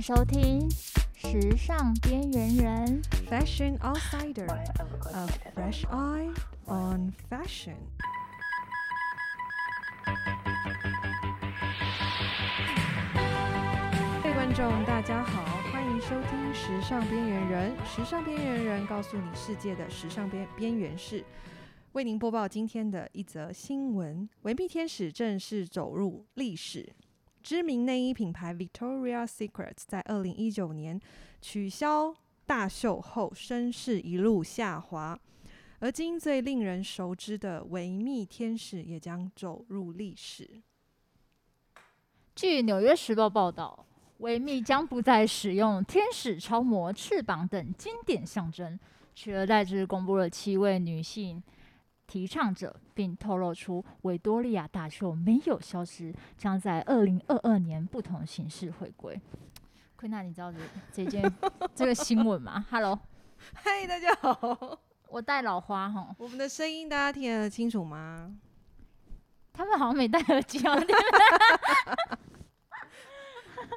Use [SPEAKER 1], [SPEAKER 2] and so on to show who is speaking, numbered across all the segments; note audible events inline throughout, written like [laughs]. [SPEAKER 1] 收听《时尚边缘人》。
[SPEAKER 2] Fashion Outsider, a fresh eye on fashion. 各位观众，大家好，欢迎收听《时尚边缘人》。《时尚边缘人》告诉你世界的时尚边边缘事，为您播报今天的一则新闻：维密天使正式走入历史。知名内衣品牌 Victoria Secret 在二零一九年取消大秀后，身世一路下滑。而今最令人熟知的维密天使也将走入历史。
[SPEAKER 1] 据《纽约时报》报道，维密将不再使用天使、超模、翅膀等经典象征，取而代之公布了七位女性提倡者，并透露出维多利亚大秀没有消失，将在二零二二年不同形式回归。坤娜，你知道这这件这个新闻吗？Hello，
[SPEAKER 2] 嗨，大家好，
[SPEAKER 1] 我戴老花哈，
[SPEAKER 2] [laughs] 我们的声音大家听得清楚吗？
[SPEAKER 1] 他们好像没戴耳机啊。
[SPEAKER 2] [laughs]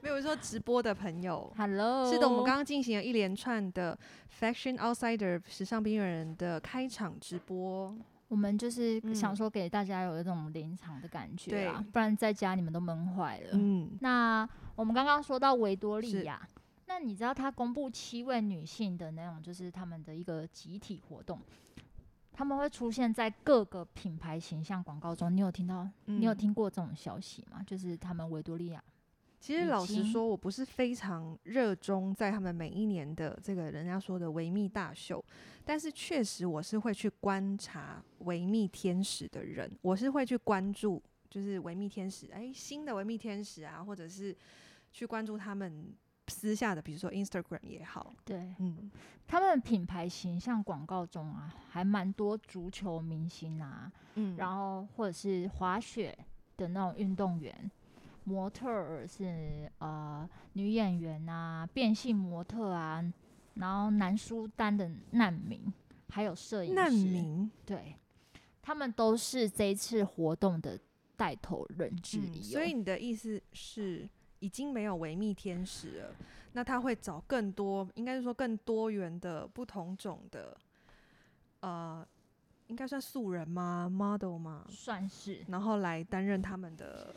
[SPEAKER 2] 没有说直播的朋友，
[SPEAKER 1] Hello，
[SPEAKER 2] 是的，我们刚刚进行了一连串的 Fashion Outsider 时尚边缘人的开场直播。
[SPEAKER 1] 我们就是想
[SPEAKER 2] 嗯
[SPEAKER 1] 说给大家有一种临场的感觉啊，
[SPEAKER 2] 对
[SPEAKER 1] 不然在家你们都闷坏了。
[SPEAKER 2] 嗯，
[SPEAKER 1] 那我们刚刚说到维多利
[SPEAKER 2] 是
[SPEAKER 1] 亚，那你知道她公布七位女性的那种，就是她们的一个集体活动，他们会出现在各个品牌形象广告中。你有听到？你有
[SPEAKER 2] 嗯
[SPEAKER 1] 听过这种消息吗？就是他们维多利亚
[SPEAKER 2] 其实
[SPEAKER 1] 已
[SPEAKER 2] 老实
[SPEAKER 1] 经
[SPEAKER 2] 说，我不是非常热衷在他们每一年的这个人家说的维密大秀，但是确实我是会去观察维密天使的人，我是会去关注，就是维密天使，哎，新的维密天使啊，或者是去关注他们私下的，比如说 Instagram 也好，
[SPEAKER 1] 对
[SPEAKER 2] 嗯，
[SPEAKER 1] 他们品牌形象广告中啊，还蛮多足球明星啊，
[SPEAKER 2] 嗯
[SPEAKER 1] 然后或者是滑雪的那种运动员，模特儿是呃女演员啊，变性模特啊，然后南苏丹的难民，还有摄影师，
[SPEAKER 2] 难民，
[SPEAKER 1] 对，他们都是这一次活动的带头人之
[SPEAKER 2] 嗯
[SPEAKER 1] 一、哦
[SPEAKER 2] 所以，你的意思是，已经没有维密天使了，那他会找更多，应该是说更多元的、不同种的，呃，应该算素人吗？model 吗？
[SPEAKER 1] 算是
[SPEAKER 2] 然后来担任他们的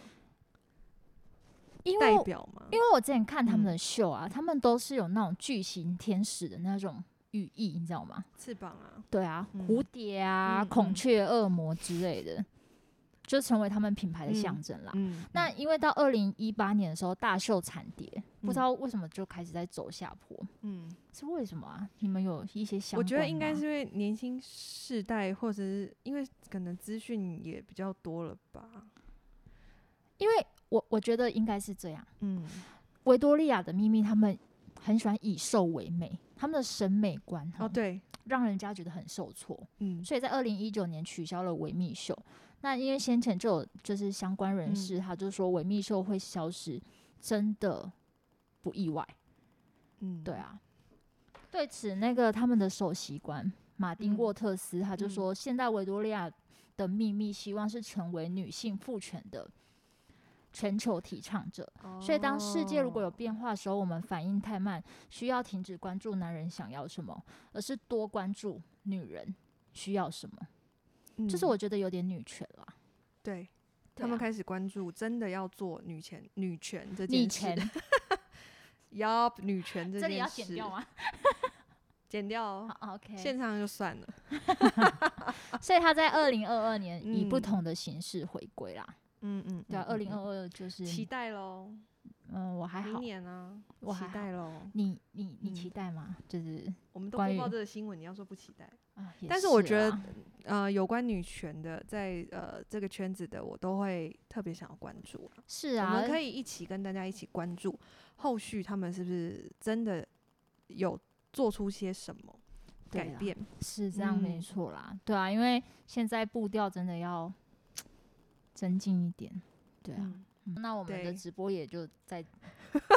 [SPEAKER 1] 因为
[SPEAKER 2] 代
[SPEAKER 1] 我
[SPEAKER 2] 表吗？
[SPEAKER 1] 因为我之前看他们
[SPEAKER 2] 嗯
[SPEAKER 1] 的秀啊，他们都是有那种巨型天使的那种羽翼，你知道吗？
[SPEAKER 2] 翅膀啊，
[SPEAKER 1] 对啊，
[SPEAKER 2] 嗯
[SPEAKER 1] 蝴蝶啊、
[SPEAKER 2] 嗯
[SPEAKER 1] 孔
[SPEAKER 2] 嗯
[SPEAKER 1] 雀、恶魔之类的，就成为他们品牌的象
[SPEAKER 2] 嗯
[SPEAKER 1] 征啦。
[SPEAKER 2] 嗯，
[SPEAKER 1] 啊那因为到二零一八年的时候，大秀惨跌，不知
[SPEAKER 2] 嗯
[SPEAKER 1] 道为什么就开始在走下坡，
[SPEAKER 2] 嗯，
[SPEAKER 1] 是为什么啊？你们有一些想，
[SPEAKER 2] 我觉得应该是因为年轻世代，或者是因为可能资讯也比较多了吧，
[SPEAKER 1] 因为我我觉得应该是这样。
[SPEAKER 2] 嗯
[SPEAKER 1] 维多利亚的秘密，他们很喜欢以瘦为美，他们的审美观
[SPEAKER 2] 哦，对，
[SPEAKER 1] 让人家觉得很受挫。
[SPEAKER 2] 嗯
[SPEAKER 1] 所以在二零一九年取消了维密秀。那因为先前就有就是相关
[SPEAKER 2] 嗯
[SPEAKER 1] 人士，他就说维密秀会消失，真的不意外。
[SPEAKER 2] 嗯，
[SPEAKER 1] 对，啊，对此那个他们的首席官马丁
[SPEAKER 2] 嗯
[SPEAKER 1] 沃特斯他就
[SPEAKER 2] 嗯
[SPEAKER 1] 说，现代维多利亚的秘密希望是成为女性赋权的全球提倡者。所以，当世界如果有
[SPEAKER 2] 哦
[SPEAKER 1] 变化的时候，我们反应太慢，需要停止关注男人想要什么，而是多关注女人需要什么。就是
[SPEAKER 2] 嗯
[SPEAKER 1] 我觉得有点女权啦。
[SPEAKER 2] 对。
[SPEAKER 1] 对
[SPEAKER 2] 他们
[SPEAKER 1] 啊
[SPEAKER 2] 开始关注，真的要做女权女权这
[SPEAKER 1] 女
[SPEAKER 2] 件事。
[SPEAKER 1] 权，
[SPEAKER 2] [laughs] 要女权这
[SPEAKER 1] 这
[SPEAKER 2] 件
[SPEAKER 1] 里
[SPEAKER 2] 事，
[SPEAKER 1] 要剪掉？
[SPEAKER 2] [laughs]
[SPEAKER 1] 吗？
[SPEAKER 2] 剪掉哦，
[SPEAKER 1] 好，OK。
[SPEAKER 2] 现场就算了。
[SPEAKER 1] 所以他在二零二二年以不
[SPEAKER 2] 嗯
[SPEAKER 1] 同的形式回归啦。
[SPEAKER 2] 嗯嗯，
[SPEAKER 1] 对啊，二
[SPEAKER 2] 嗯
[SPEAKER 1] 零
[SPEAKER 2] 嗯
[SPEAKER 1] 二二就是，
[SPEAKER 2] 期待喽，
[SPEAKER 1] 嗯，我还
[SPEAKER 2] 明
[SPEAKER 1] 好。
[SPEAKER 2] 年啊，
[SPEAKER 1] 我
[SPEAKER 2] 期
[SPEAKER 1] 还
[SPEAKER 2] 待喽。
[SPEAKER 1] 你你你
[SPEAKER 2] 嗯
[SPEAKER 1] 期待吗？就是
[SPEAKER 2] 我们都
[SPEAKER 1] 关
[SPEAKER 2] 播
[SPEAKER 1] 于
[SPEAKER 2] 报这个新闻，你要说不期待，
[SPEAKER 1] 啊，也
[SPEAKER 2] 但是我觉得
[SPEAKER 1] 啦
[SPEAKER 2] 呃，有关女权的，在呃这个圈子的，我都会特别想要关注啊。
[SPEAKER 1] 是
[SPEAKER 2] 我
[SPEAKER 1] 啊，
[SPEAKER 2] 们可以一起跟大家一起关注，后续他们是不是真的有做出些什么
[SPEAKER 1] 对啊
[SPEAKER 2] 改
[SPEAKER 1] 啦
[SPEAKER 2] 变？
[SPEAKER 1] 是这样没
[SPEAKER 2] 嗯
[SPEAKER 1] 错啦。对啊，因为现在步调真的要增进一点。对啊，
[SPEAKER 2] 嗯
[SPEAKER 1] 嗯那我们的
[SPEAKER 2] 对
[SPEAKER 1] 直播也就
[SPEAKER 2] [laughs]
[SPEAKER 1] 在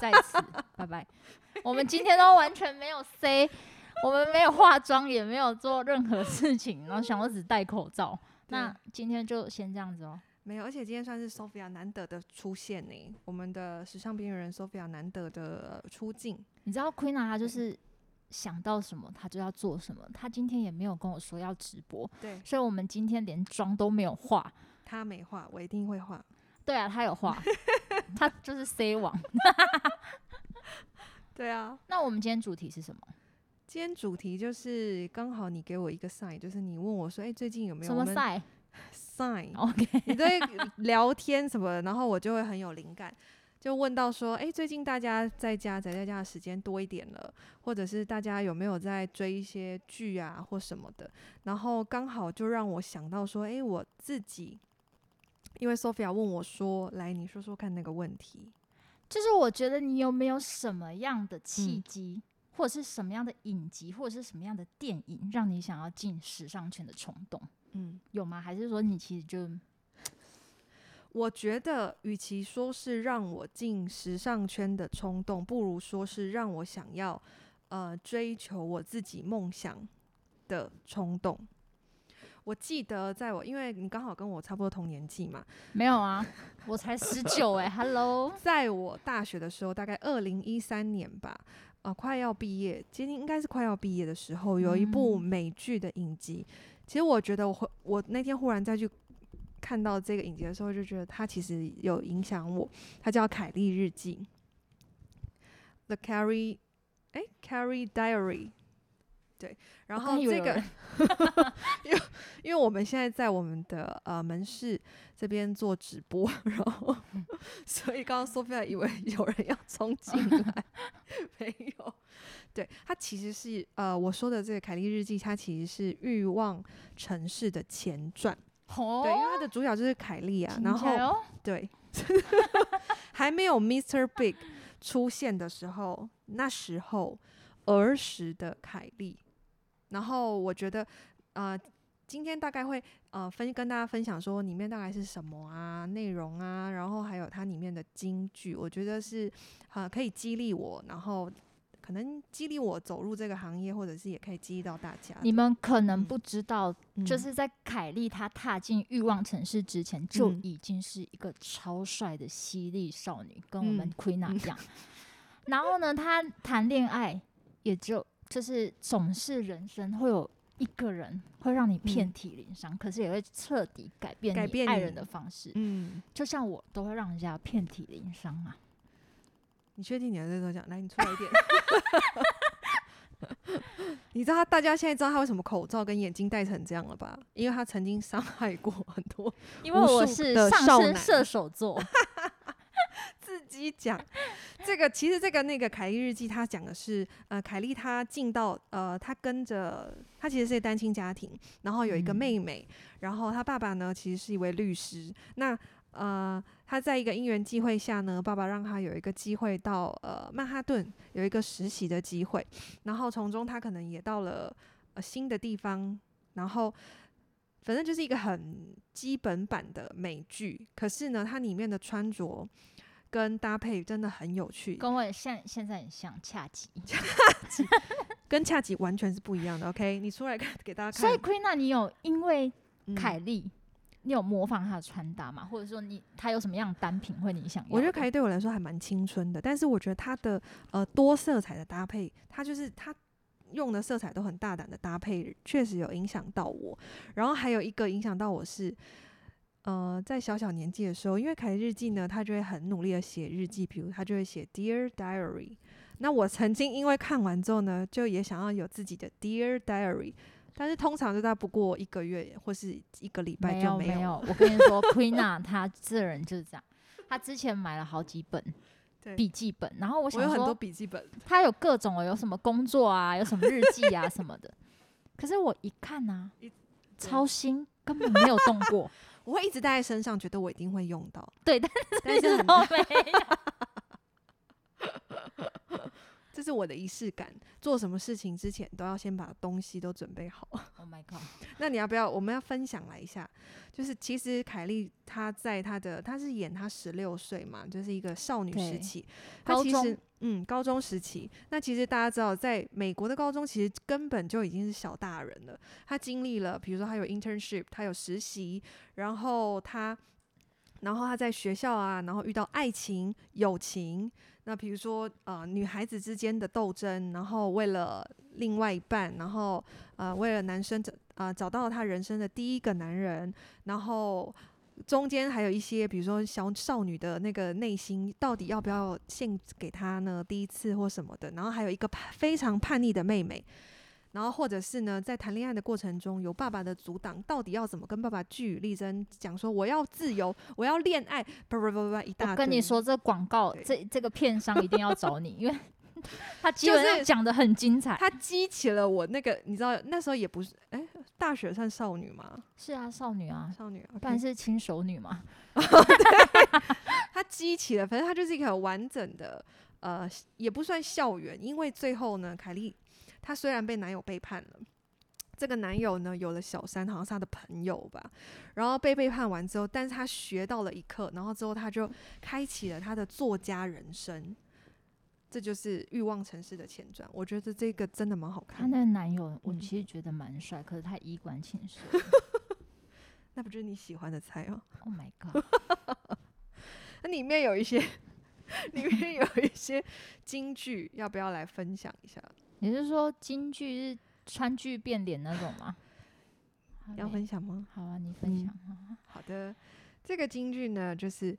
[SPEAKER 1] 在此拜拜。我们今天都完全没有 C，我们没有化妆，也没有做任何事情，然后想我只戴口罩。那今天就先这样子哦。
[SPEAKER 2] 没有，而且今天算是 Sophia 难得的出现呢，我们的时尚边缘人 Sophia 难得的出镜，
[SPEAKER 1] 你知道 Queen 啊，她就是想到什么她就要做什么，她今天也没有跟我说要直播，
[SPEAKER 2] 对
[SPEAKER 1] 所以我们今天连妆都没有化。
[SPEAKER 2] 她没画，我一定会画。
[SPEAKER 1] 对啊，她有
[SPEAKER 2] [laughs]
[SPEAKER 1] 化，她就是 C 网。
[SPEAKER 2] 对啊，
[SPEAKER 1] 那我们今天主题是什么？
[SPEAKER 2] 今天主题就是刚好你给我一个 sign，就是你问我说，哎、最近有没有
[SPEAKER 1] 什么
[SPEAKER 2] 我们
[SPEAKER 1] 赛
[SPEAKER 2] sign？
[SPEAKER 1] ？OK，
[SPEAKER 2] 你对聊天什么，然后我就会很有灵感，就问到说，哎、最近大家在家宅在家的时间多一点了，或者是大家有没有在追一些剧啊或什么的，然后刚好就让我想到说，哎、我自己，因为 Sophia 问我说，来，你说说看那个问题，
[SPEAKER 1] 就是我觉得你有没有什么样的契机，或者是什么样的影集，或者是什么样的电影，让你想要进时尚圈的冲动，
[SPEAKER 2] 嗯，
[SPEAKER 1] 有吗？还是说你其实就
[SPEAKER 2] 我觉得，与其说是让我进时尚圈的冲动，不如说是让我想要呃追求我自己梦想的冲动。我记得，在我因为你刚好跟我差不多同年纪嘛，
[SPEAKER 1] 没有啊？我才十九哎，Hello，
[SPEAKER 2] 在我大学的时候，大概二零一三年吧，啊、快要毕业，接近应该是快要毕业的时候，有一部
[SPEAKER 1] 嗯
[SPEAKER 2] 美剧的影集。其实我觉得我，会，我那天忽然再去看到这个影集的时候，就觉得它其实有影响我。它叫《凯莉日记》，The Carrie，哎，Carrie Diary。对， [laughs] 然
[SPEAKER 1] 我刚
[SPEAKER 2] 后
[SPEAKER 1] 以为
[SPEAKER 2] 这
[SPEAKER 1] 哦有
[SPEAKER 2] 个
[SPEAKER 1] 人，
[SPEAKER 2] 因为因为我们现在在我们的呃门市这边做直播，然后
[SPEAKER 1] 嗯
[SPEAKER 2] [laughs] 所以刚刚
[SPEAKER 1] [laughs]
[SPEAKER 2] Sophia 以为有人要冲进来，没有。对，它其实是呃我说的这个《凯莉日记》，它其实是《欲望城市》的前传。对，因为
[SPEAKER 1] 哦，
[SPEAKER 2] 它的主角就是凯莉啊，
[SPEAKER 1] 听
[SPEAKER 2] 然
[SPEAKER 1] 起来
[SPEAKER 2] 后
[SPEAKER 1] 哦
[SPEAKER 2] 对， [laughs] 还没有 Mr. Big 出现的时候，那时候儿时的凯莉。然后我觉得，呃，今天大概会呃分跟大家分享说里面大概是什么啊，内容啊，然后还有它里面的金句，我觉得是呃可以激励我，然后可能激励我走入这个行业，或者是也可以激励到大家的。
[SPEAKER 1] 你们可能
[SPEAKER 2] 嗯
[SPEAKER 1] 不知道，
[SPEAKER 2] 嗯
[SPEAKER 1] 就是在凯莉她踏进欲望城市之前，就
[SPEAKER 2] 嗯
[SPEAKER 1] 已经是一个超帅的犀利少女，跟我们
[SPEAKER 2] 嗯
[SPEAKER 1] Queen 啊一样。然后呢，她谈恋爱也就就是总是人生会有一个人会让你遍
[SPEAKER 2] 嗯
[SPEAKER 1] 体鳞伤，可是也会彻底改变
[SPEAKER 2] 改
[SPEAKER 1] 你
[SPEAKER 2] 变
[SPEAKER 1] 爱
[SPEAKER 2] 你
[SPEAKER 1] 人的方式。
[SPEAKER 2] 嗯，
[SPEAKER 1] 就像我都会让人家遍体鳞伤啊。
[SPEAKER 2] 你确定你要在这讲？来，你出来一点。 [laughs] 你知道他大家现在知道他为什么口罩跟眼镜戴成这样了吧？因为他曾经伤害过很多
[SPEAKER 1] 因为
[SPEAKER 2] 为无
[SPEAKER 1] 我
[SPEAKER 2] 我数
[SPEAKER 1] 是
[SPEAKER 2] 是的上
[SPEAKER 1] 上
[SPEAKER 2] 少
[SPEAKER 1] 升
[SPEAKER 2] 升男
[SPEAKER 1] 射
[SPEAKER 2] 射
[SPEAKER 1] 手座，
[SPEAKER 2] 自己讲。这个其实这个那个凯莉日记，他讲的是呃，凯莉她进到呃，她跟着她其实是一个单亲家庭，然后有一个
[SPEAKER 1] 嗯
[SPEAKER 2] 妹妹，然后她爸爸呢其实是一位律师。那呃，她在一个因缘际会下呢，爸爸让她有一个机会到呃曼哈顿有一个实习的机会，然后从中她可能也到了呃新的地方，然后反正就是一个很基本版的美剧，可是呢，它里面的穿着跟搭配真的很有趣，
[SPEAKER 1] 跟我现现在很像恰吉。
[SPEAKER 2] 跟恰吉完全是不一样的。OK，你出来看给大家
[SPEAKER 1] 所
[SPEAKER 2] 看
[SPEAKER 1] 以，Queen，那你有因为
[SPEAKER 2] 嗯
[SPEAKER 1] 凯莉，你有模仿她的穿搭吗？或者说你她有什么样的单品会你想要的？
[SPEAKER 2] 我觉得凯莉对我来说还蛮青春的，但是我觉得她的呃多色彩的搭配，她就是她用的色彩都很大胆的搭配，确实有影响到我。然后还有一个影响到我是。呃，在小小年纪的时候，因为凯莉日记呢，她就会很努力的写日记，比如她就会写 Dear Diary。那我曾经因为看完之后呢，就也想要有自己的 Dear Diary，但是通常就大概不过一个月或是一个礼拜
[SPEAKER 1] 没
[SPEAKER 2] 就
[SPEAKER 1] 有没
[SPEAKER 2] 有了
[SPEAKER 1] 有，我跟你说 [laughs] ，Queen 啊，她这人就是这样。她之前买了好几本
[SPEAKER 2] 对
[SPEAKER 1] 笔记本，然后我
[SPEAKER 2] 我有
[SPEAKER 1] 想
[SPEAKER 2] 很多
[SPEAKER 1] 说，
[SPEAKER 2] 笔记本，
[SPEAKER 1] 她有各种哦，有什么工作啊，有什么日记啊什么
[SPEAKER 2] [laughs]
[SPEAKER 1] 的。可是我一看啊
[SPEAKER 2] 一，
[SPEAKER 1] 超新，根本没有动过。
[SPEAKER 2] 我会一直带在身上，觉得我一定会用到。
[SPEAKER 1] 对，但
[SPEAKER 2] [laughs] 但是
[SPEAKER 1] 是 [laughs]
[SPEAKER 2] 很
[SPEAKER 1] 都哦没有。
[SPEAKER 2] 这是我的仪式感，做什么事情之前都要先把东西都准备好。
[SPEAKER 1] Oh my god！
[SPEAKER 2] 那你要不要？我们要分享来一下，就是其实凯莉她在她的她是演她十六岁嘛，就是一个少女
[SPEAKER 1] 对
[SPEAKER 2] 时期。她其
[SPEAKER 1] 高
[SPEAKER 2] 实
[SPEAKER 1] 中
[SPEAKER 2] 嗯，高中时期。那其实大家知道，在美国的高中其实根本就已经是小大人了。她经历了，比如说她有 internship，她有实习，然后她然后她在学校啊，然后遇到爱情、友情，那比如说呃女孩子之间的斗争，然后为了另外一半，然后呃为了男生找呃找到她人生的第一个男人，然后中间还有一些比如说小少女的那个内心到底要不要献给他呢？第一次或什么的，然后还有一个叛非常叛逆的妹妹。然后或者是呢，在谈恋爱的过程中，有爸爸的阻挡，到底要怎么跟爸爸据理力争，讲说我要自由，我要恋爱，不不不不，一大
[SPEAKER 1] 我
[SPEAKER 2] 堆。
[SPEAKER 1] 跟你说，这广告
[SPEAKER 2] 对
[SPEAKER 1] 这这个片商一定要找你，
[SPEAKER 2] [laughs]
[SPEAKER 1] 因为他基
[SPEAKER 2] 就
[SPEAKER 1] 本
[SPEAKER 2] 是
[SPEAKER 1] 上讲的很精彩。
[SPEAKER 2] 它激起了我那个，你知道那时候也不是，哎，大学算少女吗？
[SPEAKER 1] 是啊，少女啊，
[SPEAKER 2] 少女，
[SPEAKER 1] 不然
[SPEAKER 2] 但是
[SPEAKER 1] 是亲手女嘛。
[SPEAKER 2] 它激起了，反正它就是一个很完整的，呃，也不算校园，因为最后呢，凯莉她虽然被男友背叛了。这个男友呢，有了小三，好像是她的朋友吧。然后被背叛完之后，但是她学到了一课，然后之后她就开启了她的作家人生。这就是《欲望城市》的前传，我觉得这个真的蛮好
[SPEAKER 1] 她
[SPEAKER 2] 看的。
[SPEAKER 1] 那个男友，我
[SPEAKER 2] 嗯
[SPEAKER 1] 其实觉得蛮帅，可是他衣冠禽 [laughs] 兽。
[SPEAKER 2] 那不就是你喜欢的菜哦？
[SPEAKER 1] Oh my god！
[SPEAKER 2] 那里面有一些， [laughs] 里面有一些京剧，要不要来分享一下？
[SPEAKER 1] 你是说京剧是川剧变脸那种吗？还
[SPEAKER 2] 要
[SPEAKER 1] 没
[SPEAKER 2] 分享吗？
[SPEAKER 1] 好啊，你分
[SPEAKER 2] 嗯
[SPEAKER 1] 享啊。
[SPEAKER 2] 好的，这个京剧呢，就是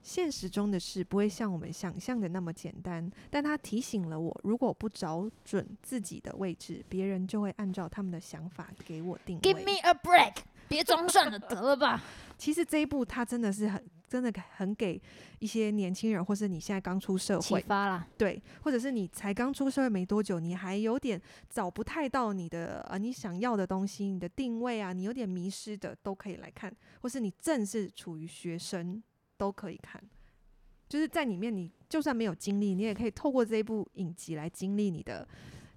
[SPEAKER 2] 现实中的事不会像我们想象的那么简单，但它提醒了我，如果不找准自己的位置，别人就会按照他们的想法给我定
[SPEAKER 1] Give
[SPEAKER 2] 位。
[SPEAKER 1] me a break！别装蒜了，得了 [laughs] 吧。
[SPEAKER 2] 其实这一部它真的是很。真的很给一些年轻人，或是你现在刚出社
[SPEAKER 1] 启
[SPEAKER 2] 会，
[SPEAKER 1] 发啦，
[SPEAKER 2] 对，或者是你才刚出社会没多久，你还有点找不太到你的呃你想要的东西，你的定位啊，你有点迷失的，都可以来看，或是你正是处于学生都可以看。就是在里面，你就算没有经历，你也可以透过这一部影集来经历你的，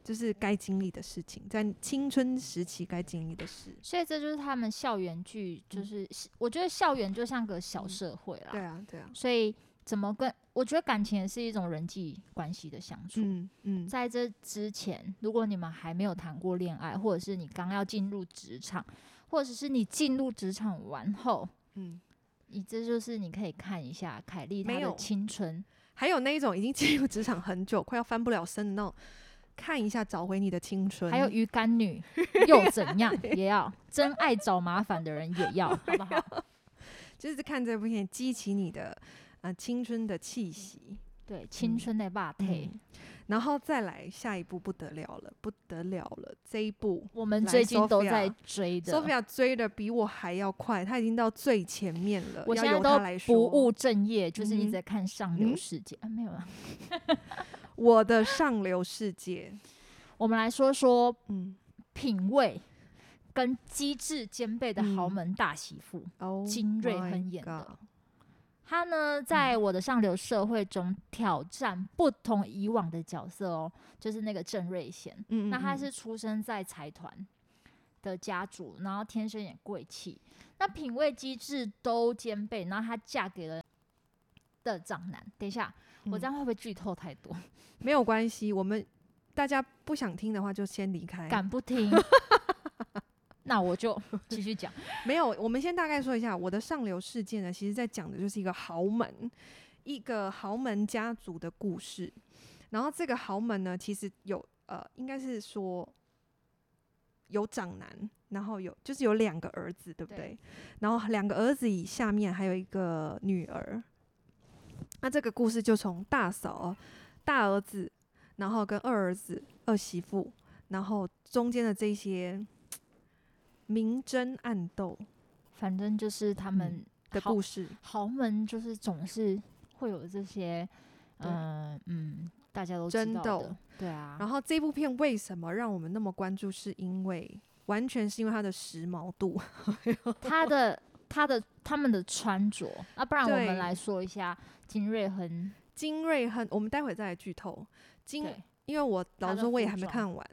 [SPEAKER 2] 就是该经历的事情，在青春时期该经历的事。
[SPEAKER 1] 所以这就是他们校园剧，就是我觉得校园就像个小
[SPEAKER 2] 嗯
[SPEAKER 1] 社会啦。
[SPEAKER 2] 对啊，对啊，
[SPEAKER 1] 所以怎么跟？我觉得感情也是一种人际关系的相处。
[SPEAKER 2] 嗯嗯，
[SPEAKER 1] 在这之前，如果你们还没有谈过恋爱，或者是你刚要进入职场，或者是你进入职场完后，
[SPEAKER 2] 嗯，
[SPEAKER 1] 你这就是你可以看一下凯莉她
[SPEAKER 2] 没
[SPEAKER 1] 的
[SPEAKER 2] 有
[SPEAKER 1] 青春。
[SPEAKER 2] 还有那一种已经进入职场很久，快要翻不了身的那种，看一下找回你的青春。
[SPEAKER 1] 还有鱼干
[SPEAKER 2] [laughs]
[SPEAKER 1] 女又怎样？也要真爱找麻烦的人也要，好不
[SPEAKER 2] [laughs]
[SPEAKER 1] 好？
[SPEAKER 2] 就是看这部片激起你的呃青春的气息，
[SPEAKER 1] 对，青春的霸体。
[SPEAKER 2] 嗯然后再来下一部不得了了，不得了了，这一部。
[SPEAKER 1] 我们
[SPEAKER 2] 来
[SPEAKER 1] 最近都
[SPEAKER 2] Sophia
[SPEAKER 1] 在追的。
[SPEAKER 2] Sophia 追的比我还要快，她已经到最前面了。
[SPEAKER 1] 我
[SPEAKER 2] 要
[SPEAKER 1] 现在
[SPEAKER 2] 由她
[SPEAKER 1] 都
[SPEAKER 2] 来说
[SPEAKER 1] 不务正业，就是一直
[SPEAKER 2] 嗯哼
[SPEAKER 1] 在看《上
[SPEAKER 2] 嗯
[SPEAKER 1] 流世界》啊，没有啊。
[SPEAKER 2] 我的上流世界。
[SPEAKER 1] 我们来说说
[SPEAKER 2] 嗯，
[SPEAKER 1] 品味跟机智兼备的豪
[SPEAKER 2] 嗯
[SPEAKER 1] 门大媳妇。
[SPEAKER 2] 哦、
[SPEAKER 1] 精锐很演的她呢，
[SPEAKER 2] 嗯
[SPEAKER 1] 在我的上流社会中挑战不同以往的角色哦，就是那个郑瑞贤。
[SPEAKER 2] 嗯，嗯
[SPEAKER 1] 那她
[SPEAKER 2] 嗯
[SPEAKER 1] 是出生在财团的家族，然后天生也贵气，那品味机智都兼备。然后她嫁给了的长男。等一下，我
[SPEAKER 2] 嗯哎
[SPEAKER 1] 这样会不会剧透太多？
[SPEAKER 2] 没有关系，我们大家不想听的话就先离开。
[SPEAKER 1] 敢不
[SPEAKER 2] [laughs]
[SPEAKER 1] 听，那我就继续讲。
[SPEAKER 2] 没有，我们先大概说一下我的上流世界呢，其实在讲的就是一个豪门，一个豪门家族的故事。然后这个豪门呢，其实有呃，应该是说有长男，然后有就是有两个儿子，对不对？
[SPEAKER 1] 对
[SPEAKER 2] 然后两个儿子以下面还有一个女儿。那这个故事就从大嫂、大儿子，然后跟二儿子、二媳妇，然后中间的这些明争暗斗，
[SPEAKER 1] 反正就是他们
[SPEAKER 2] 嗯的
[SPEAKER 1] 豪
[SPEAKER 2] 故事。
[SPEAKER 1] 豪门，就是总是会有这些，
[SPEAKER 2] 对
[SPEAKER 1] 嗯、嗯，大家都
[SPEAKER 2] 争
[SPEAKER 1] 知道
[SPEAKER 2] 斗
[SPEAKER 1] 的，对啊。
[SPEAKER 2] 然后这部片为什么让我们那么关注？是因为完全是因为它的时髦度。 [laughs]
[SPEAKER 1] 他的他的他们的穿着啊，不然我
[SPEAKER 2] 对
[SPEAKER 1] 们来说一下金瑞亨，
[SPEAKER 2] 金瑞亨，我们待会再来剧透。金，
[SPEAKER 1] 对
[SPEAKER 2] 因为我
[SPEAKER 1] 他
[SPEAKER 2] 老实
[SPEAKER 1] 的
[SPEAKER 2] 说我也
[SPEAKER 1] 服
[SPEAKER 2] 还没
[SPEAKER 1] 装
[SPEAKER 2] 看完。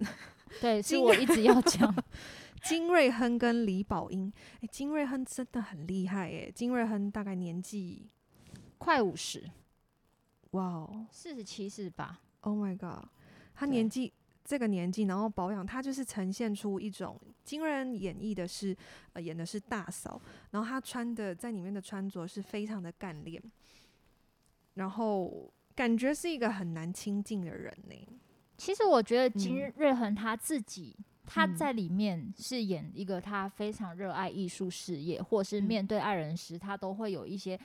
[SPEAKER 1] 对，是
[SPEAKER 2] 金
[SPEAKER 1] 我一直要讲 [laughs]
[SPEAKER 2] 金瑞亨跟李宝英，哎、金瑞亨真的很厉害哎、金瑞亨大概年纪，
[SPEAKER 1] 快五十，
[SPEAKER 2] 哇哦
[SPEAKER 1] 四十七四吧，
[SPEAKER 2] ，Oh my god，他
[SPEAKER 1] 对
[SPEAKER 2] 年纪这个年纪，然后保养，她就是呈现出一种经人演绎的是，呃，演的是大嫂，然后她穿的在里面的穿着是非常的干练，然后感觉是一个很难亲近的人呢、
[SPEAKER 1] 其实我觉得金
[SPEAKER 2] 嗯
[SPEAKER 1] 日恒他自己，他
[SPEAKER 2] 嗯
[SPEAKER 1] 在里面是演一个他非常热爱艺术事业，或是
[SPEAKER 2] 嗯
[SPEAKER 1] 面对爱人时，他都会有一些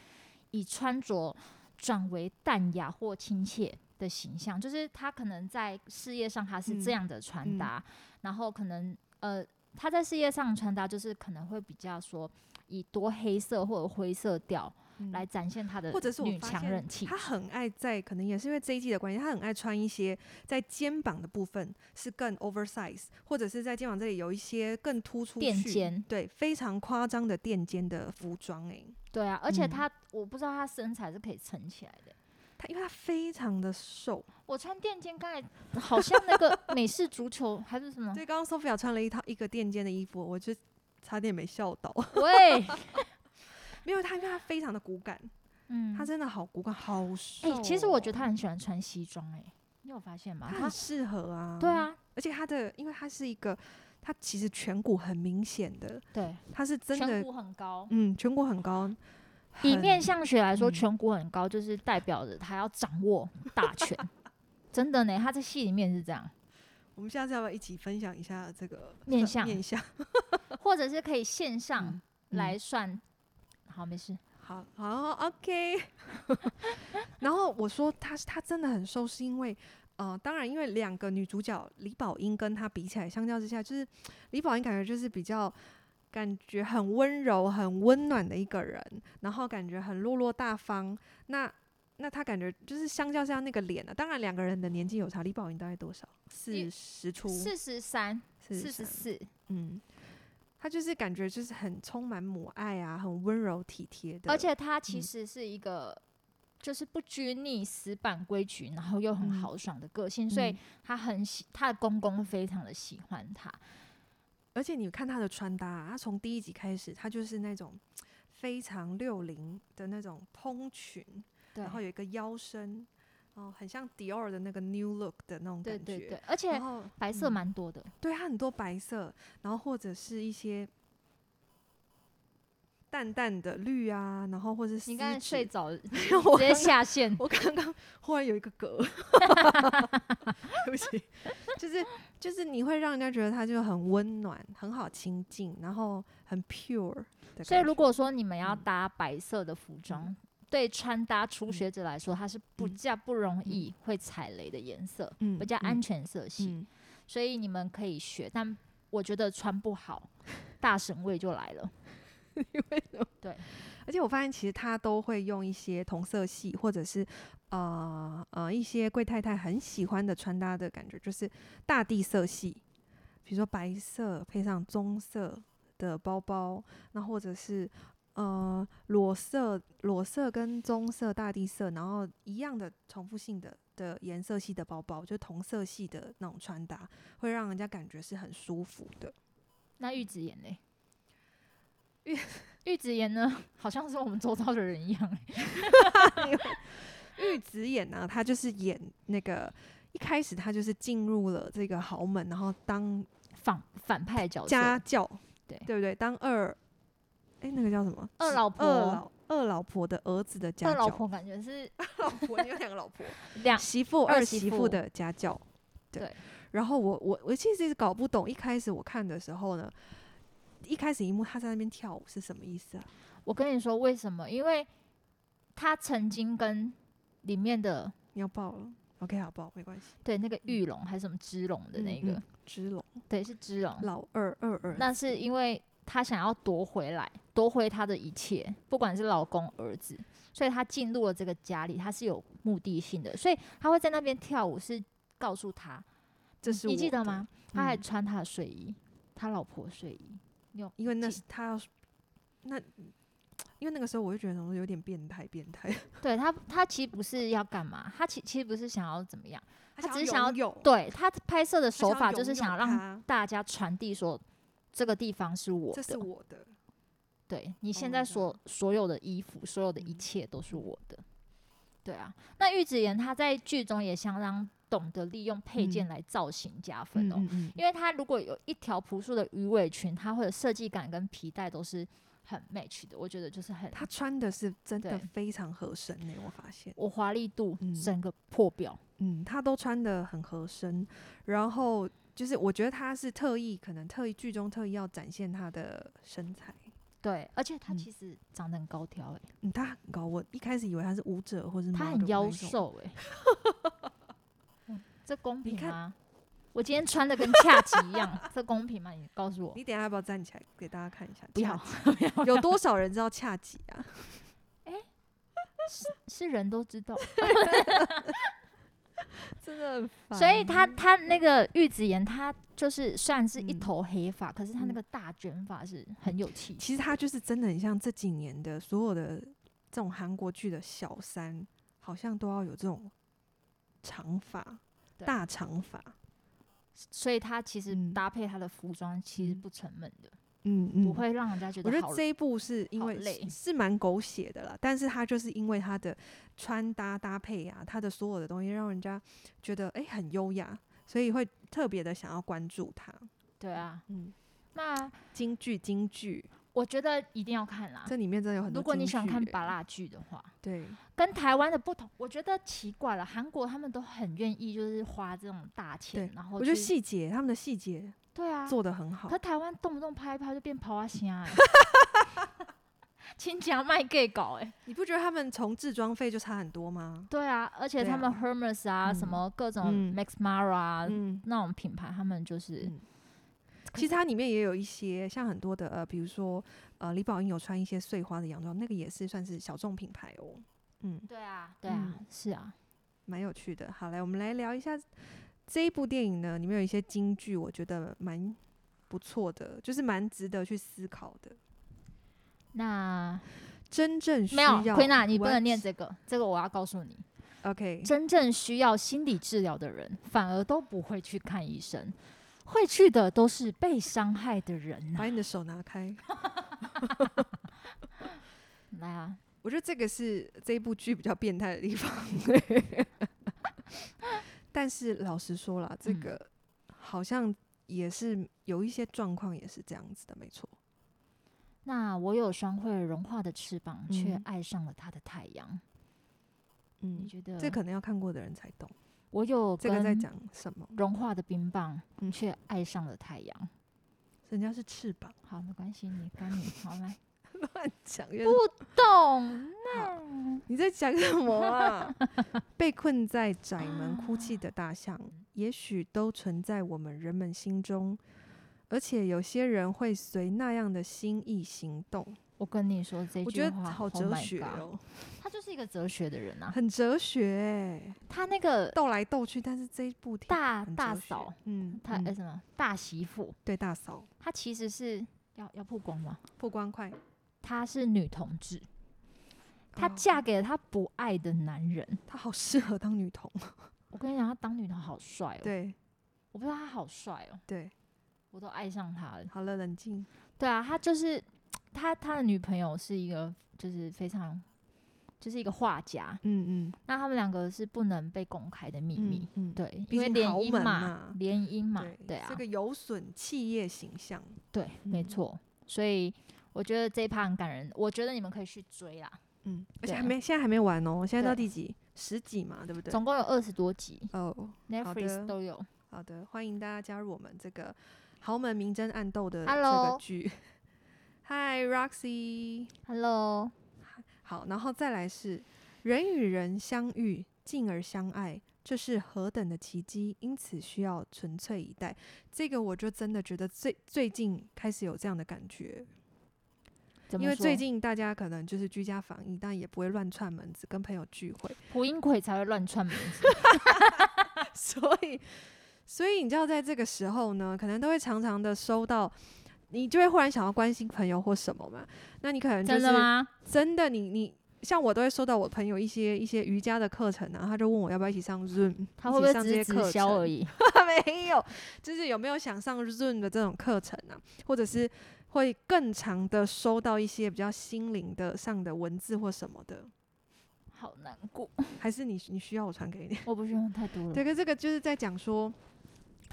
[SPEAKER 1] 以穿着转为淡雅或亲切。的形象就是他可能在事业上他是这
[SPEAKER 2] 嗯
[SPEAKER 1] 样的穿
[SPEAKER 2] 嗯
[SPEAKER 1] 搭，然后可能呃他在事业上穿搭就是可能会比较说以多黑色或者灰色调
[SPEAKER 2] 嗯
[SPEAKER 1] 来展现他的
[SPEAKER 2] 或者是我
[SPEAKER 1] 女
[SPEAKER 2] 发
[SPEAKER 1] 强
[SPEAKER 2] 现
[SPEAKER 1] 人气质。
[SPEAKER 2] 他很爱在，可能也是因为这一季的关系，他很爱穿一些在肩膀的部分是更 oversize，或者是在肩膀这里有一些更突出
[SPEAKER 1] 垫
[SPEAKER 2] 去
[SPEAKER 1] 肩
[SPEAKER 2] 对，非常夸张的垫肩的服装、欸。
[SPEAKER 1] 对啊，而且
[SPEAKER 2] 嗯
[SPEAKER 1] 他、我不知道他身材是可以撑起来的。
[SPEAKER 2] 他因为他非常的瘦，
[SPEAKER 1] 我穿垫肩，刚才好像那
[SPEAKER 2] [laughs]
[SPEAKER 1] 个美式足球还是什么？
[SPEAKER 2] 对，刚刚 Sophia 穿了一套一个垫肩的衣服，我就差点没笑到。 [laughs]
[SPEAKER 1] 喂，
[SPEAKER 2] 没有他，因为他非常的骨感，
[SPEAKER 1] 嗯，
[SPEAKER 2] 他真的好骨感，好瘦
[SPEAKER 1] 哎、
[SPEAKER 2] 哦、
[SPEAKER 1] 其实我觉得他很喜欢穿西装，哎，你有发现吗？
[SPEAKER 2] 他
[SPEAKER 1] 他
[SPEAKER 2] 很适合啊。
[SPEAKER 1] 对，啊，
[SPEAKER 2] 而且他的，因为他是一个，他其实颧骨很明显的，
[SPEAKER 1] 对，
[SPEAKER 2] 他是真的
[SPEAKER 1] 颧骨很高。
[SPEAKER 2] 嗯，颧骨很高，
[SPEAKER 1] 以
[SPEAKER 2] 很
[SPEAKER 1] 面相学来说，
[SPEAKER 2] 嗯
[SPEAKER 1] 颧骨很高就是代表着他要掌握大权， [laughs] 真的呢。他在戏里面是这样，
[SPEAKER 2] 我们下次要不要一起分享一下这个
[SPEAKER 1] 面
[SPEAKER 2] 算
[SPEAKER 1] 相
[SPEAKER 2] 面相，
[SPEAKER 1] 或者是可以线上
[SPEAKER 2] 嗯
[SPEAKER 1] 来算。好，没事。
[SPEAKER 2] 好好，OK。然后我说她是她真的很瘦，是因为，呃，当然因为两个女主角李宝英跟她比起来，相较之下，就是李宝英感觉就是比较感觉很温柔、很温暖的一个人，然后感觉很落落大方。那那她感觉就是相较下那个脸呢、啊，当然两个人的年纪有差，李宝英大概多少？四
[SPEAKER 1] 一
[SPEAKER 2] 十出，
[SPEAKER 1] 四十三、四十
[SPEAKER 2] 43
[SPEAKER 1] 四，
[SPEAKER 2] 嗯，他就是感觉就是很充满母爱啊，很温柔体贴的，
[SPEAKER 1] 而且他其
[SPEAKER 2] 嗯
[SPEAKER 1] 实是一个。就是不拘泥、死板规矩，然后又很
[SPEAKER 2] 嗯
[SPEAKER 1] 豪爽的个性，所以
[SPEAKER 2] 嗯
[SPEAKER 1] 她很喜，她的公公非常的喜欢她。
[SPEAKER 2] 而且你看他的穿搭、啊，他从第一集开始，他就是那种非常六零的那种蓬裙，
[SPEAKER 1] 对
[SPEAKER 2] 然后有一个腰身，然后很像迪奥的那个 New Look 的那种感
[SPEAKER 1] 对
[SPEAKER 2] 觉，
[SPEAKER 1] 对对，而且
[SPEAKER 2] 然后
[SPEAKER 1] 白色
[SPEAKER 2] 嗯
[SPEAKER 1] 蛮多的，
[SPEAKER 2] 对，它很多白色，然后或者是一些。淡淡的绿啊，然后或是丝
[SPEAKER 1] 你刚才睡
[SPEAKER 2] 质，
[SPEAKER 1] 着
[SPEAKER 2] [laughs]
[SPEAKER 1] 了，直
[SPEAKER 2] 我
[SPEAKER 1] 接
[SPEAKER 2] 刚刚
[SPEAKER 1] 下线。
[SPEAKER 2] 我
[SPEAKER 1] [laughs]
[SPEAKER 2] 刚刚忽然有一个嗝，对不起，就是就是你会让人家觉得他就很温暖，很好亲近，然后很 pure 的感觉。
[SPEAKER 1] 所以如果说你们要
[SPEAKER 2] 嗯
[SPEAKER 1] 搭白色的服装，对穿搭初学者来说，它是不
[SPEAKER 2] 嗯
[SPEAKER 1] 较不容易会踩雷的颜色，
[SPEAKER 2] 嗯
[SPEAKER 1] 比较安
[SPEAKER 2] 嗯
[SPEAKER 1] 全色系。
[SPEAKER 2] 嗯，
[SPEAKER 1] 所以你们可以学，但我觉得穿不好，大神味就来了。
[SPEAKER 2] 而且我发现其实他都会用一些同色系，或者是呃呃一些贵太太很喜欢的穿搭的感觉，就是大地色系，比如说白色配上棕色的包包，那或者是。呃，裸色、裸色跟棕色、大地色，然后一样的重复性的的颜色系的包包，就同色系的那种穿搭，会让人家感觉是很舒服的。
[SPEAKER 1] 那玉子妍嘞？
[SPEAKER 2] 玉
[SPEAKER 1] 玉子妍呢，好像是我们周遭的人一样、欸。
[SPEAKER 2] 玉子演呢、他就是演那个一开始他就是进入了这个豪门，然后当
[SPEAKER 1] 反反派角色，
[SPEAKER 2] 家教，
[SPEAKER 1] 哦对
[SPEAKER 2] 对不对？当二，哎、那个叫什么？
[SPEAKER 1] 二老婆
[SPEAKER 2] 二老二老婆的儿子的家
[SPEAKER 1] 二
[SPEAKER 2] 教，
[SPEAKER 1] 老婆感觉是
[SPEAKER 2] 老婆，你有两个老婆，
[SPEAKER 1] 两
[SPEAKER 2] [laughs] 媳妇
[SPEAKER 1] 二
[SPEAKER 2] 二
[SPEAKER 1] 媳
[SPEAKER 2] 媳
[SPEAKER 1] 妇
[SPEAKER 2] 妇的家教。
[SPEAKER 1] 对
[SPEAKER 2] 对，然后我我我其实一直搞不懂，一开始我看的时候呢，一开始一幕他在那边跳舞是什么意思啊？
[SPEAKER 1] 我跟你说为什么？因为他曾经跟里面的
[SPEAKER 2] 你要爆了？OK，好爆，没关系。
[SPEAKER 1] 对那个玉龙还是什么之龙的
[SPEAKER 2] 嗯
[SPEAKER 1] 那个，
[SPEAKER 2] 嗯之龙
[SPEAKER 1] 对，是之龙。
[SPEAKER 2] 老二二二，
[SPEAKER 1] 那是因为她想要夺回来，夺回她的一切，不管是老公、儿子，所以她进入了这个家里，她是有目的性的，所以她会在那边跳舞，是告诉她，
[SPEAKER 2] 这是
[SPEAKER 1] 你
[SPEAKER 2] 我
[SPEAKER 1] 记得
[SPEAKER 2] 的
[SPEAKER 1] 吗？？她还
[SPEAKER 2] 嗯
[SPEAKER 1] 穿她的睡衣，她老婆的睡衣，
[SPEAKER 2] 因为那
[SPEAKER 1] 记
[SPEAKER 2] 是他要那，因为那个时候我就觉得我有点变态，变态。
[SPEAKER 1] 对她，她其实不是要干嘛，她其其实不是想要怎么样，他只是想要
[SPEAKER 2] 有，
[SPEAKER 1] 对她拍摄的
[SPEAKER 2] 他
[SPEAKER 1] 手法就是
[SPEAKER 2] 想
[SPEAKER 1] 想
[SPEAKER 2] 要
[SPEAKER 1] 让
[SPEAKER 2] 拥有
[SPEAKER 1] 大家传递说。这个地方是我
[SPEAKER 2] 它这是
[SPEAKER 1] 的，
[SPEAKER 2] 我的。
[SPEAKER 1] 对你
[SPEAKER 2] Oh
[SPEAKER 1] 现
[SPEAKER 2] my
[SPEAKER 1] 在
[SPEAKER 2] god
[SPEAKER 1] 所、所有的衣服，所有的一
[SPEAKER 2] 嗯
[SPEAKER 1] 切都是我的。对啊，那玉子妍她在剧中也相当懂得利用配件来造型加分哦。
[SPEAKER 2] 嗯嗯嗯
[SPEAKER 1] 因为它如果有一条朴素的鱼尾裙，它会有设计感跟皮带都是很 match 的，我觉得就是很
[SPEAKER 2] 他穿的是真的
[SPEAKER 1] 对
[SPEAKER 2] 非常合身呢、我发现，
[SPEAKER 1] 我华丽度
[SPEAKER 2] 嗯
[SPEAKER 1] 整个破表，
[SPEAKER 2] 嗯，他都穿的很合身，然后就是我觉得他是特意，可能特意剧中特意要展现他的身材，
[SPEAKER 1] 对，而且她
[SPEAKER 2] 嗯
[SPEAKER 1] 其实长得很高挑、欸，
[SPEAKER 2] 嗯，他很高，我一开始以为他是舞者或是
[SPEAKER 1] 她
[SPEAKER 2] model
[SPEAKER 1] 很
[SPEAKER 2] 那
[SPEAKER 1] 妖
[SPEAKER 2] 种，
[SPEAKER 1] 瘦、欸，嗯这公
[SPEAKER 2] 你
[SPEAKER 1] 平
[SPEAKER 2] 看
[SPEAKER 1] 吗？我今天穿的跟恰吉一样，这公平吗？你告诉我，
[SPEAKER 2] 你等一下要不要站起来给大家看一下？
[SPEAKER 1] 不
[SPEAKER 2] 恰 [laughs]
[SPEAKER 1] 要
[SPEAKER 2] 吉有多少人知道恰吉
[SPEAKER 1] [laughs]
[SPEAKER 2] 啊？
[SPEAKER 1] 是人都知道，
[SPEAKER 2] 真的很
[SPEAKER 1] [laughs]
[SPEAKER 2] 烦，
[SPEAKER 1] 所以她她那个玉子妍，她就是虽然是一
[SPEAKER 2] 嗯
[SPEAKER 1] 头黑发，可是她那
[SPEAKER 2] 嗯
[SPEAKER 1] 个大卷发是很有气质，
[SPEAKER 2] 其实他就是真的很像这几年的所有的这种韩国剧的小三，好像都要有这种长发、
[SPEAKER 1] 对
[SPEAKER 2] 大长发。
[SPEAKER 1] 所以她其实
[SPEAKER 2] 嗯
[SPEAKER 1] 搭配她的服装其实
[SPEAKER 2] 嗯
[SPEAKER 1] 不沉闷的。
[SPEAKER 2] 嗯嗯，
[SPEAKER 1] 不。会让人家觉
[SPEAKER 2] 我
[SPEAKER 1] 得
[SPEAKER 2] 觉
[SPEAKER 1] 好
[SPEAKER 2] 得这一部是因
[SPEAKER 1] 好
[SPEAKER 2] 为
[SPEAKER 1] 累
[SPEAKER 2] 是是蛮狗血的啦，但是他就是因为他的穿搭搭配啊，他的所有的东西让人家觉得诶很优雅，所以会特别的想要关注他。
[SPEAKER 1] 对啊。
[SPEAKER 2] 嗯，
[SPEAKER 1] 那
[SPEAKER 2] 京剧京剧，
[SPEAKER 1] 我觉得一定要看啦。
[SPEAKER 2] 这里面真的有很欸多、
[SPEAKER 1] 啊如果你想看巴，拉剧的话，
[SPEAKER 2] 对，
[SPEAKER 1] 跟台湾的不同，我觉得奇怪了。韩国他们都很愿意就是花这种大钱
[SPEAKER 2] 对，
[SPEAKER 1] 然后
[SPEAKER 2] 我觉得
[SPEAKER 1] 去
[SPEAKER 2] 细节他们的细节
[SPEAKER 1] 对啊。
[SPEAKER 2] 做的很好
[SPEAKER 1] 可。台湾动不动拍一拍就变跑啊虾欸，
[SPEAKER 2] [laughs]
[SPEAKER 1] 亲家卖 gay 搞哎、
[SPEAKER 2] 你不觉得他们从制装费就差很多吗？
[SPEAKER 1] 对啊，而且
[SPEAKER 2] 对
[SPEAKER 1] 他们
[SPEAKER 2] 啊
[SPEAKER 1] Hermes 啊，什
[SPEAKER 2] 嗯
[SPEAKER 1] 么各种
[SPEAKER 2] 嗯
[SPEAKER 1] Max Mara 啊、
[SPEAKER 2] 嗯，
[SPEAKER 1] 那种品牌，他们就是
[SPEAKER 2] 嗯其实它里面也有一些像很多的呃，比如说呃，李宝英有穿一些碎花的洋装，那个也是算是小众品牌哦。嗯，
[SPEAKER 1] 对啊，对啊，
[SPEAKER 2] 嗯
[SPEAKER 1] 是啊，
[SPEAKER 2] 蛮有趣的。好，来我们来聊一下这一部电影呢，里面有一些金句，我觉得蛮不错的，就是蛮值得去思考的。
[SPEAKER 1] 那
[SPEAKER 2] 真正需
[SPEAKER 1] 没有
[SPEAKER 2] 要
[SPEAKER 1] q u e n a 你不能
[SPEAKER 2] What？
[SPEAKER 1] 念这个，这个我要告诉你。
[SPEAKER 2] OK，
[SPEAKER 1] 真正需要心理治疗的人，反而都不会去看医生，会去的都是被伤害的人啊呐、
[SPEAKER 2] 把你的手拿开。嗯
[SPEAKER 1] 来啊，
[SPEAKER 2] 我觉得这个是这一部剧比较变态的地方。 [laughs] 但是老实说啦，这
[SPEAKER 1] 嗯
[SPEAKER 2] 个好像也是有一些状况也是这样子的，没错。
[SPEAKER 1] 那我有双会融化的翅膀，却
[SPEAKER 2] 嗯
[SPEAKER 1] 爱上了他的太阳。你
[SPEAKER 2] 嗯，
[SPEAKER 1] 觉得
[SPEAKER 2] 这可能要看过的人才懂
[SPEAKER 1] 我有
[SPEAKER 2] 这个在
[SPEAKER 1] 跟
[SPEAKER 2] 讲什么。
[SPEAKER 1] 融化的冰棒
[SPEAKER 2] 嗯，
[SPEAKER 1] 却爱上了太阳。
[SPEAKER 2] 人家是翅
[SPEAKER 1] [laughs]
[SPEAKER 2] 膀，
[SPEAKER 1] 好，没关系，你干你，好
[SPEAKER 2] [laughs]
[SPEAKER 1] 来。
[SPEAKER 2] 乱讲。原来
[SPEAKER 1] 不
[SPEAKER 2] [laughs]
[SPEAKER 1] 懂，
[SPEAKER 2] 好你在讲什么啊？ [laughs] 被困在窄门哭泣的大象，
[SPEAKER 1] 啊
[SPEAKER 2] 也许都存在我们人们心中，而且有些人会随那样的心意行动。
[SPEAKER 1] 我跟你说这
[SPEAKER 2] 我
[SPEAKER 1] 句
[SPEAKER 2] 觉得
[SPEAKER 1] 话，
[SPEAKER 2] 好
[SPEAKER 1] Oh
[SPEAKER 2] 哲
[SPEAKER 1] my
[SPEAKER 2] 学
[SPEAKER 1] God
[SPEAKER 2] 哦，
[SPEAKER 1] 他就是一个哲学的人啊。
[SPEAKER 2] 很哲学欸，
[SPEAKER 1] 他那个
[SPEAKER 2] 斗来斗去，但是这一部挺
[SPEAKER 1] 大
[SPEAKER 2] 很
[SPEAKER 1] 大
[SPEAKER 2] 哲学
[SPEAKER 1] 嫂，，
[SPEAKER 2] 嗯，
[SPEAKER 1] 他、
[SPEAKER 2] 嗯
[SPEAKER 1] 呃什么大媳妇，
[SPEAKER 2] 对大嫂
[SPEAKER 1] 她其实是要要曝光吗？
[SPEAKER 2] 曝光快，啊
[SPEAKER 1] 她是女同志，她
[SPEAKER 2] 哦
[SPEAKER 1] 嫁给了她不爱的男人。
[SPEAKER 2] 她好适合当
[SPEAKER 1] [laughs]
[SPEAKER 2] 女童，
[SPEAKER 1] 我跟你讲，她当女同好帅哦、
[SPEAKER 2] 对
[SPEAKER 1] 我不知道她好帅哦、
[SPEAKER 2] 对，
[SPEAKER 1] 我都爱上他了。
[SPEAKER 2] 好了，冷静，
[SPEAKER 1] 对啊，他就是他他的女朋友是一个就是非常就是一个画家，
[SPEAKER 2] 嗯嗯
[SPEAKER 1] 那他们两个是不能被公开的秘密
[SPEAKER 2] 嗯。嗯，
[SPEAKER 1] 对，
[SPEAKER 2] 毕
[SPEAKER 1] 因为
[SPEAKER 2] 竟
[SPEAKER 1] 联
[SPEAKER 2] 豪
[SPEAKER 1] 姻
[SPEAKER 2] 门
[SPEAKER 1] 嘛
[SPEAKER 2] 嘛，
[SPEAKER 1] 联姻嘛，
[SPEAKER 2] 对
[SPEAKER 1] 对啊
[SPEAKER 2] 这，个有损企业形象，
[SPEAKER 1] 对，没
[SPEAKER 2] 嗯
[SPEAKER 1] 错。所以我觉得这一趴很感人，我觉得你们可以去追啦。
[SPEAKER 2] 嗯，而且
[SPEAKER 1] 对啊
[SPEAKER 2] 还没现在还没完哦，现在到
[SPEAKER 1] 对
[SPEAKER 2] 第几十几嘛，对不对？
[SPEAKER 1] 总共有二十多集
[SPEAKER 2] 哦，
[SPEAKER 1] ，Netflix
[SPEAKER 2] 的
[SPEAKER 1] 都有。
[SPEAKER 2] 好的，欢迎大家加入我们这个豪门明争暗斗的这个
[SPEAKER 1] Hello
[SPEAKER 2] 剧。 [laughs] 嗨，Roxy。
[SPEAKER 1] Hello，
[SPEAKER 2] 好，然后再来是人与人相遇，进而相爱，这是何等的奇迹！因此需要纯粹以待。这个我就真的觉得最最近开始有这样的感觉，
[SPEAKER 1] 怎么
[SPEAKER 2] 因为
[SPEAKER 1] 说
[SPEAKER 2] 最近大家可能就是居家防疫，但也不会乱串门子，跟朋友聚会， [laughs]
[SPEAKER 1] 蒲英奎才会乱串名字，
[SPEAKER 2] 所以所以你知道，在这个时候呢，可能都会常常的收到。你就会忽然想要关心朋友或什么嘛？那你可能就是
[SPEAKER 1] 真的吗？
[SPEAKER 2] 真的，你你像我都会收到我朋友一些一些瑜伽的课程啊，他就问我要不要一起上 Zoom，
[SPEAKER 1] 他
[SPEAKER 2] 一
[SPEAKER 1] 会不
[SPEAKER 2] 起
[SPEAKER 1] 会
[SPEAKER 2] 上
[SPEAKER 1] 只
[SPEAKER 2] 这些
[SPEAKER 1] 是
[SPEAKER 2] 课
[SPEAKER 1] 直销而
[SPEAKER 2] 程？
[SPEAKER 1] 已？
[SPEAKER 2] [laughs] 没有，就是有没有想上 Zoom 的这种课程啊，或者是会更长的收到一些比较心灵的上的文字或什么的。
[SPEAKER 1] 好难过。
[SPEAKER 2] 还是你你需要我传给你？
[SPEAKER 1] 我不需要太多了。
[SPEAKER 2] 对，可这个就是在讲说，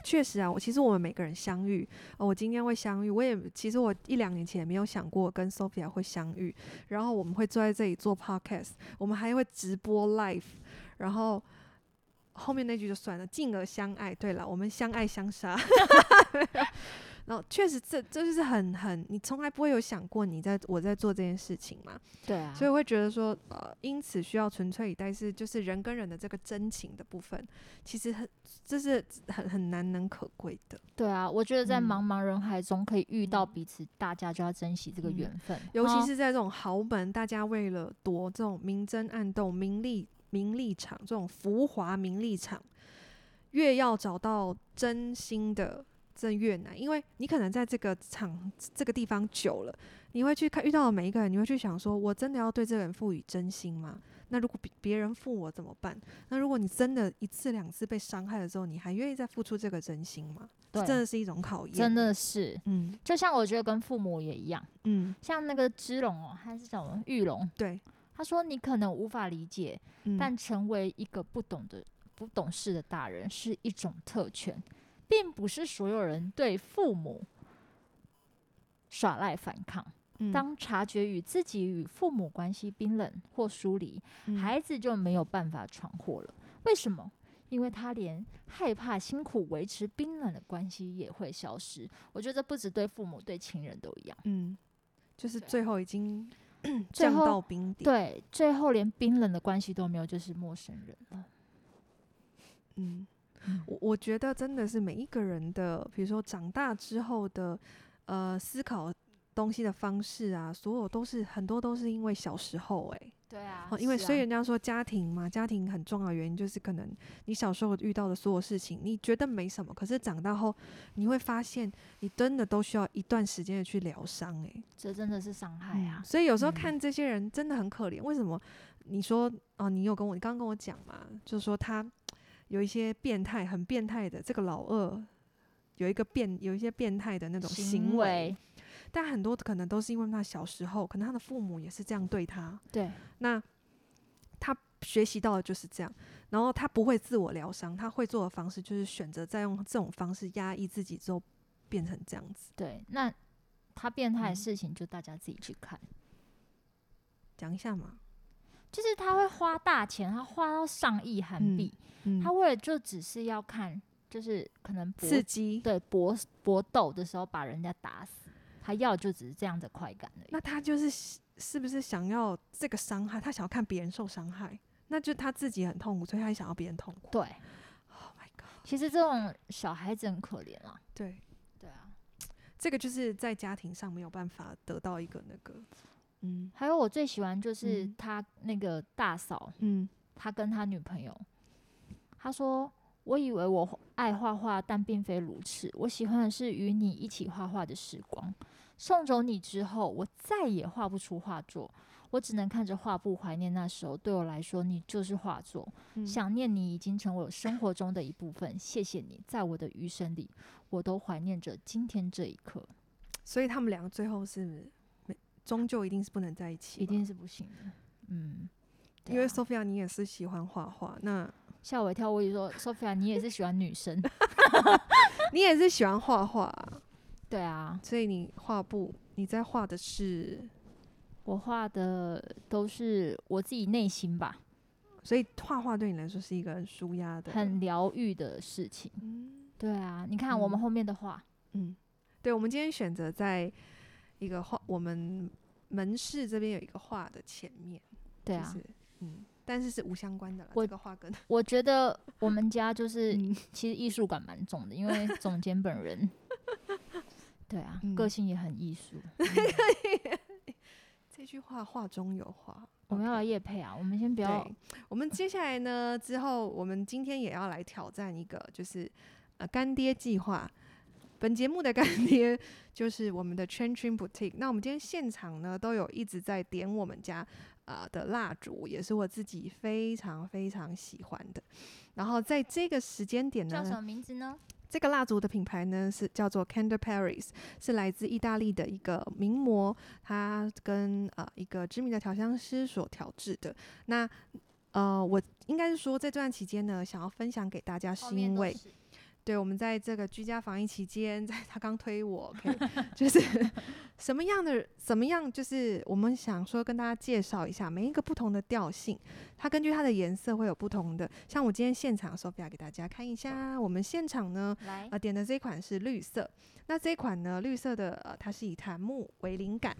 [SPEAKER 2] 确实啊，我其实我们每个人相遇，呃、我今天会相遇，我也其实我一两年前也没有想过跟 Sophia 会相遇，然后我们会坐在这里做 podcast，我们还会直播 live，然后。后面那句就算了，进而相爱。对了，我们相爱相杀。 [laughs] 啊然后确实这，这就是很很，你从来不会有想过你在我在做这件事情嘛，
[SPEAKER 1] 对啊，
[SPEAKER 2] 所以会觉得说，呃，因此需要纯粹以待，是就是人跟人的这个真情的部分，其实很这是很很难能可贵的。
[SPEAKER 1] 对啊，我觉得在
[SPEAKER 2] 嗯
[SPEAKER 1] 茫茫人海中可以遇到彼此，大家就要珍惜这个
[SPEAKER 2] 嗯
[SPEAKER 1] 缘分，
[SPEAKER 2] 尤其
[SPEAKER 1] 哦
[SPEAKER 2] 是在这种豪门，大家为了夺这种明争暗斗、名利名利场这种浮华名利场，越要找到真心的，这越难。因为你可能在这个场、这个地方久了，你会去看遇到的每一个人，你会去想说：我真的要对这个人赋予真心吗？那如果别别人负我怎么办？那如果你真的一次两次被伤害了之后，你还愿意再付出这个真心吗？这
[SPEAKER 1] 对
[SPEAKER 2] 真的是一种考验。
[SPEAKER 1] 真，的是。
[SPEAKER 2] 嗯
[SPEAKER 1] 就像我觉得跟父母也一样，
[SPEAKER 2] 嗯，
[SPEAKER 1] 像那个芝龙哦，他是叫什么玉龙，
[SPEAKER 2] 对，
[SPEAKER 1] 他说你可能无法理解，
[SPEAKER 2] 嗯
[SPEAKER 1] 但成为一个不懂的、不懂事的大人是一种特权，并不是所有人对父母耍赖反抗。
[SPEAKER 2] 嗯
[SPEAKER 1] 当察觉与自己与父母关系冰冷或疏离，
[SPEAKER 2] 嗯
[SPEAKER 1] 孩子就没有办法闯祸了。为什么？因为他连害怕辛苦维持冰冷的关系也会消失。我觉得这不止对父母，对亲人都一样。
[SPEAKER 2] 嗯，就是
[SPEAKER 1] 对啊
[SPEAKER 2] 最后已经
[SPEAKER 1] 最
[SPEAKER 2] 嗯降
[SPEAKER 1] 后
[SPEAKER 2] 到冰点。，
[SPEAKER 1] 对，最后连冰冷的关系都没有，就是陌生人了。
[SPEAKER 2] 嗯
[SPEAKER 1] 嗯，
[SPEAKER 2] 我我觉得真的是每一个人的，比如说长大之后的，呃，思考东西的方式啊，所有都是很多都是因为小时候哎、
[SPEAKER 1] 对啊
[SPEAKER 2] 哦因为所以人家说家庭嘛，家庭很重要的原因就是可能你小时候遇到的所有事情，你觉得没什么，可是长大后你会发现，你真的都需要一段时间的去疗伤哎、
[SPEAKER 1] 这真的是伤害
[SPEAKER 2] 嗯
[SPEAKER 1] 啊。
[SPEAKER 2] 所以有时候
[SPEAKER 1] 嗯
[SPEAKER 2] 看这些人真的很可怜。为什么？你说哦，你有跟我，你刚刚跟我讲嘛，就是说他有一些变态，很变态的这个老二。有一个变，有一些变态的那种行为，但很多可能都是因为他小时候，可能他的父母也是这样对他，
[SPEAKER 1] 对
[SPEAKER 2] 那他学习到的就是这样，然后他不会自我疗伤，他会做的方式就是选择再用这种方式压抑自己之后变成这样子。
[SPEAKER 1] 对，那他变态的
[SPEAKER 2] 嗯
[SPEAKER 1] 事情就大家自己去看，
[SPEAKER 2] 讲一下嘛，
[SPEAKER 1] 就是他会花大钱，他花到上亿韩
[SPEAKER 2] 嗯
[SPEAKER 1] 币，
[SPEAKER 2] 嗯，
[SPEAKER 1] 他为了就只是要看，就是可能搏
[SPEAKER 2] 刺激，
[SPEAKER 1] 对搏搏斗的时候把人家打死，他要就只是这样的快感而已。
[SPEAKER 2] 那他就是喜是不是想要这个伤害？他想要看别人受伤害，那就他自己很痛苦，所以他也想要别人痛苦。
[SPEAKER 1] 对，
[SPEAKER 2] Oh my god！
[SPEAKER 1] 其实这种小孩子很可怜啊。
[SPEAKER 2] 对，
[SPEAKER 1] 对啊，
[SPEAKER 2] 这个就是在家庭上没有办法得到一个那个，嗯
[SPEAKER 1] 还有我最喜欢就是
[SPEAKER 2] 嗯
[SPEAKER 1] 他那个大嫂，
[SPEAKER 2] 嗯
[SPEAKER 1] 他跟他女朋友，他说：“我以为我爱画画，但并非如此。我喜欢的是与你一起画画的时光。送走你之后，我再也画不出画作，我只能看着画布怀念那时候。对我来说，你就是画作。
[SPEAKER 2] 嗯
[SPEAKER 1] 想念你已经成为我生活中的一部分。谢谢你，在我的余生里，我都怀念着今天这一刻。
[SPEAKER 2] 所以他们两个最后是没，终究一定是不能在一起嘛，
[SPEAKER 1] 一定是不行的，嗯。”对
[SPEAKER 2] 因为
[SPEAKER 1] 啊
[SPEAKER 2] Sophia 你也是喜欢画画，那
[SPEAKER 1] 吓我一跳，我以为说 Sophia 你也是喜欢女生，
[SPEAKER 2] 你也是喜欢画画，
[SPEAKER 1] 对啊，
[SPEAKER 2] 所以你画布你在画的是，
[SPEAKER 1] 我画的都是我自己内心吧，
[SPEAKER 2] 所以画画对你来说是一个很舒压的，
[SPEAKER 1] 很疗愈的事情。
[SPEAKER 2] 嗯。
[SPEAKER 1] 对啊，你看我们
[SPEAKER 2] 嗯
[SPEAKER 1] 后面的画，
[SPEAKER 2] 嗯，对，我们今天选择在一个画，我们门市这边有一个画的前面，
[SPEAKER 1] 对啊
[SPEAKER 2] 就，是嗯，但是是无相关的啦，
[SPEAKER 1] 我
[SPEAKER 2] 这个画跟 [laughs]
[SPEAKER 1] 我觉得我们家就是
[SPEAKER 2] 嗯
[SPEAKER 1] 其实艺术感蛮重的，因为总监本人，对啊，
[SPEAKER 2] 嗯
[SPEAKER 1] 个性也很艺术。
[SPEAKER 2] 这句话画中有画。
[SPEAKER 1] 我们要
[SPEAKER 2] OK
[SPEAKER 1] 来夜配啊，我们先不要
[SPEAKER 2] 对，我们接下来呢，之后我们今天也要来挑战一个，就是呃干爹计划。本节目的干爹就是我们的 Chain Train Boutique。那我们今天现场呢，都有一直在点我们家呃的蜡烛，也是我自己非常非常喜欢的。然后在这个时间点
[SPEAKER 1] 叫什么
[SPEAKER 2] 呢，
[SPEAKER 1] 名字呢？
[SPEAKER 2] 这个蜡烛的品牌呢是叫做 Candle Paris，是来自意大利的一个名模，他跟呃一个知名的调香师所调制的。那呃，我应该是说这段期间呢，想要分享给大家，
[SPEAKER 1] 后
[SPEAKER 2] 是
[SPEAKER 1] 面
[SPEAKER 2] 因
[SPEAKER 1] 都
[SPEAKER 2] 为
[SPEAKER 1] 是
[SPEAKER 2] 对，我们在这个居家防疫期间，在他刚
[SPEAKER 1] [laughs]
[SPEAKER 2] 推我，OK，就是什么样的怎么样，就是我们想说跟大家介绍一下每一个不同的调性，它根据它的颜色会有不同的。像我今天现场的时候，要给大家看一下，我们现场呢，
[SPEAKER 1] 来
[SPEAKER 2] 呃，点的这一款是绿色，那这一款呢，绿色的呃，它是以檀木为灵感，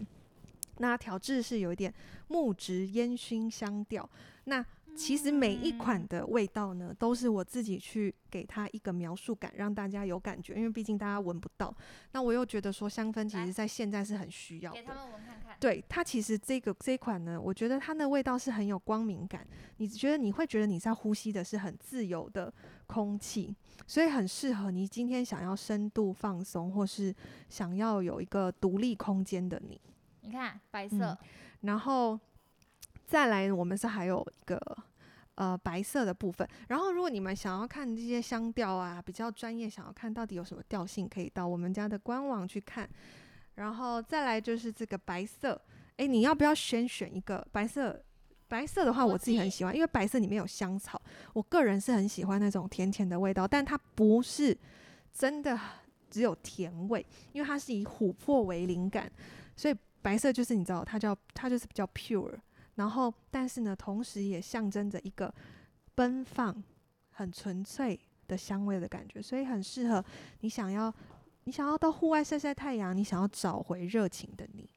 [SPEAKER 2] 那调制是有一点木质烟熏香调，那其实每
[SPEAKER 1] 嗯
[SPEAKER 2] 一款的味道呢，都是我自己去给它一个描述感，让大家有感觉，因为毕竟大家闻不到。那我又觉得说香氛其
[SPEAKER 1] 来
[SPEAKER 2] 实在现在是很需要
[SPEAKER 1] 给他
[SPEAKER 2] 的。
[SPEAKER 1] 们闻看看。
[SPEAKER 2] 对它其实这个这一款呢，我觉得它的味道是很有光明感，你觉得你会觉得你在呼吸的是很自由的空气，所以很适合你今天想要深度放松，或是想要有一个独立空间的你。
[SPEAKER 1] 你看白
[SPEAKER 2] 嗯
[SPEAKER 1] 色，
[SPEAKER 2] 然后再来，我们是还有一个呃白色的部分。然后，如果你们想要看这些香调啊，比较专业，想要看到底有什么调性，可以到我们家的官网去看。然后再来就是这个白色，诶，你要不要先选一个白色？白色的话，
[SPEAKER 1] 我
[SPEAKER 2] 我自己
[SPEAKER 1] 自
[SPEAKER 2] 很
[SPEAKER 1] 己
[SPEAKER 2] 喜欢，因为白色里面有香草，我个人是很喜欢那种甜甜的味道，但它不是真的只有甜味，因为它是以琥珀为灵感，所以白色就是你知道，它叫它就是比较 pure，然后但是呢，同时也象征着一个奔放、很纯粹的香味的感觉，所以很适合你想要你想要到户外晒晒太阳，你想要找回热情的你。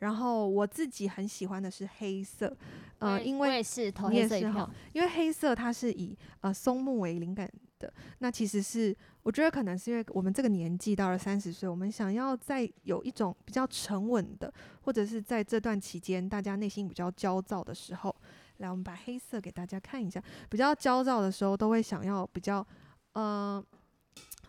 [SPEAKER 2] 然后我自己很喜欢的是黑色，
[SPEAKER 1] 我
[SPEAKER 2] 呃，
[SPEAKER 1] 也
[SPEAKER 2] 因
[SPEAKER 1] 我
[SPEAKER 2] 为
[SPEAKER 1] 也是投
[SPEAKER 2] 你
[SPEAKER 1] 黑
[SPEAKER 2] 也
[SPEAKER 1] 色一
[SPEAKER 2] 是
[SPEAKER 1] 票
[SPEAKER 2] 哈，因为黑色它是以呃松木为灵感的，那其实是我觉得可能是因为我们这个年纪到了三十岁，我们想要再有一种比较沉稳的，或者是在这段期间大家内心比较焦躁的时候，来我们把黑色给大家看一下，比较焦躁的时候都会想要比较呃。